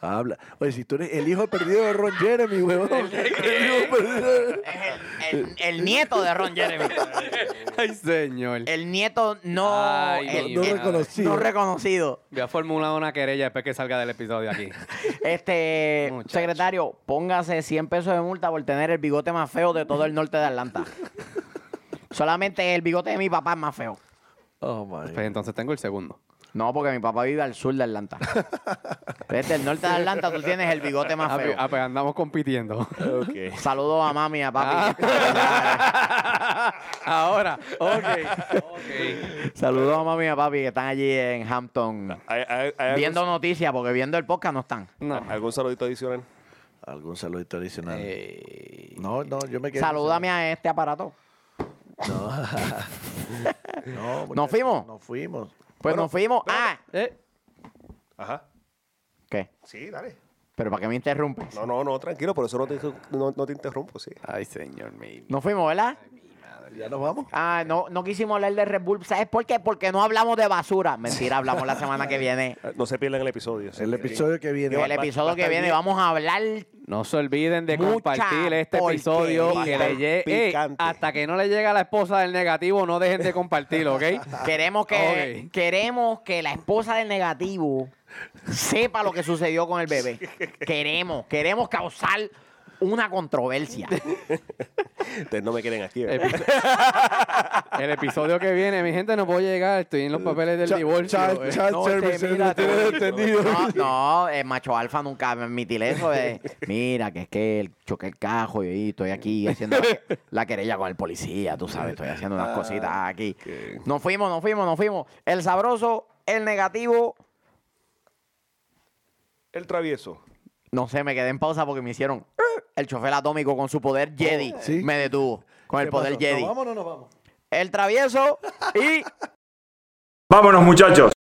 [SPEAKER 3] Habla. Oye, si tú eres el hijo perdido de Ron Jeremy, huevón. El hijo perdido de-
[SPEAKER 1] Es el, el- el nieto de Ron Jeremy.
[SPEAKER 2] Ay, señor.
[SPEAKER 1] El nieto Eh, no,
[SPEAKER 2] Ay,
[SPEAKER 1] el-
[SPEAKER 2] mi
[SPEAKER 3] No
[SPEAKER 1] el-
[SPEAKER 2] madre.
[SPEAKER 3] reconocido.
[SPEAKER 1] no reconocido.
[SPEAKER 2] Voy a formular una querella después que salga del episodio aquí.
[SPEAKER 1] Este,
[SPEAKER 2] Muchacho.
[SPEAKER 1] secretario, póngase 100 pesos de multa por tener el bigote más feo de todo el norte de Atlanta. Solamente el bigote de mi papá es más feo.
[SPEAKER 3] Oh, my.
[SPEAKER 2] Pues entonces tengo el segundo.
[SPEAKER 1] No, porque mi papá vive al sur de Atlanta. Desde el norte de Atlanta tú tienes el bigote más
[SPEAKER 2] Ah, pues-
[SPEAKER 1] feo.
[SPEAKER 2] ah, pues andamos compitiendo.
[SPEAKER 1] Saludos a mami y a
[SPEAKER 2] Ah.
[SPEAKER 1] papi.
[SPEAKER 2] Ahora, oh, ok. ok.
[SPEAKER 1] Saludos a mami y a papi que están allí en Hampton
[SPEAKER 5] ¿Hay, hay- hay algún-
[SPEAKER 1] viendo noticias porque viendo el podcast no están.
[SPEAKER 2] No.
[SPEAKER 5] algún saludito adicional?
[SPEAKER 3] ¿Algún saludito adicional? No, no, yo me quedé.
[SPEAKER 1] Salúdame a este aparato.
[SPEAKER 3] No,
[SPEAKER 1] ¿Nos fuimos?
[SPEAKER 3] Nos fuimos.
[SPEAKER 1] Pues nos fuimos. Ah,
[SPEAKER 2] Eh,
[SPEAKER 5] Ajá.
[SPEAKER 1] ¿qué?
[SPEAKER 5] Sí, dale.
[SPEAKER 1] ¿Pero para qué me interrumpes?
[SPEAKER 5] No, no, no, tranquilo, por eso no te, no, no te interrumpo, sí.
[SPEAKER 2] Ay, señor mío.
[SPEAKER 1] Nos fuimos, ¿verdad?
[SPEAKER 3] Ya nos vamos.
[SPEAKER 1] Ah, no, no quisimos hablar de Red Bull. ¿Sabes por qué? Porque no hablamos de basura. Mentira, hablamos la semana que viene.
[SPEAKER 5] Eh, No se pierdan el episodio. sí.
[SPEAKER 3] El episodio que viene.
[SPEAKER 1] El episodio que viene vamos a hablar.
[SPEAKER 2] No se olviden de
[SPEAKER 1] Mucha
[SPEAKER 2] compartir este episodio que le
[SPEAKER 1] porquería.
[SPEAKER 2] llegue. Ey,
[SPEAKER 5] Picante.
[SPEAKER 2] hasta que no le llegue a la esposa del negativo, no dejen de compartirlo, ¿ok?
[SPEAKER 1] Queremos que,
[SPEAKER 2] Ok.
[SPEAKER 1] queremos que la esposa del negativo sepa lo que sucedió con el bebé. Queremos, queremos causar una controversia.
[SPEAKER 5] Ustedes no me quieren aquí.
[SPEAKER 2] El
[SPEAKER 5] ¿verdad?
[SPEAKER 2] episo- El episodio que viene, mi gente, no puedo llegar. Estoy en los papeles del
[SPEAKER 3] Cha-
[SPEAKER 2] divorcio.
[SPEAKER 3] cha-
[SPEAKER 2] eh.
[SPEAKER 3] cha-
[SPEAKER 2] No,
[SPEAKER 3] service,
[SPEAKER 2] este, mira,
[SPEAKER 3] tienes
[SPEAKER 2] tú-
[SPEAKER 3] entendido.
[SPEAKER 1] No, no, el macho alfa nunca va a admitir eso. de, eh. mira, que es que el- choqué el cajo y estoy aquí haciendo la, la querella con el policía, tú sabes, estoy haciendo
[SPEAKER 3] Ah,
[SPEAKER 1] unas cositas aquí. Nos fuimos, nos fuimos, nos fuimos. El sabroso, el negativo.
[SPEAKER 5] El travieso.
[SPEAKER 1] No sé, me quedé en pausa porque me hicieron "Eh". el chofer atómico con su poder Jedi.
[SPEAKER 3] Oh, ¿sí?
[SPEAKER 1] Me detuvo con el
[SPEAKER 3] ¿Qué
[SPEAKER 1] poder
[SPEAKER 3] pasó?
[SPEAKER 1] Jedi.
[SPEAKER 3] ¿Nos vamos o no nos vamos?
[SPEAKER 1] El travieso y
[SPEAKER 4] Vámonos muchachos.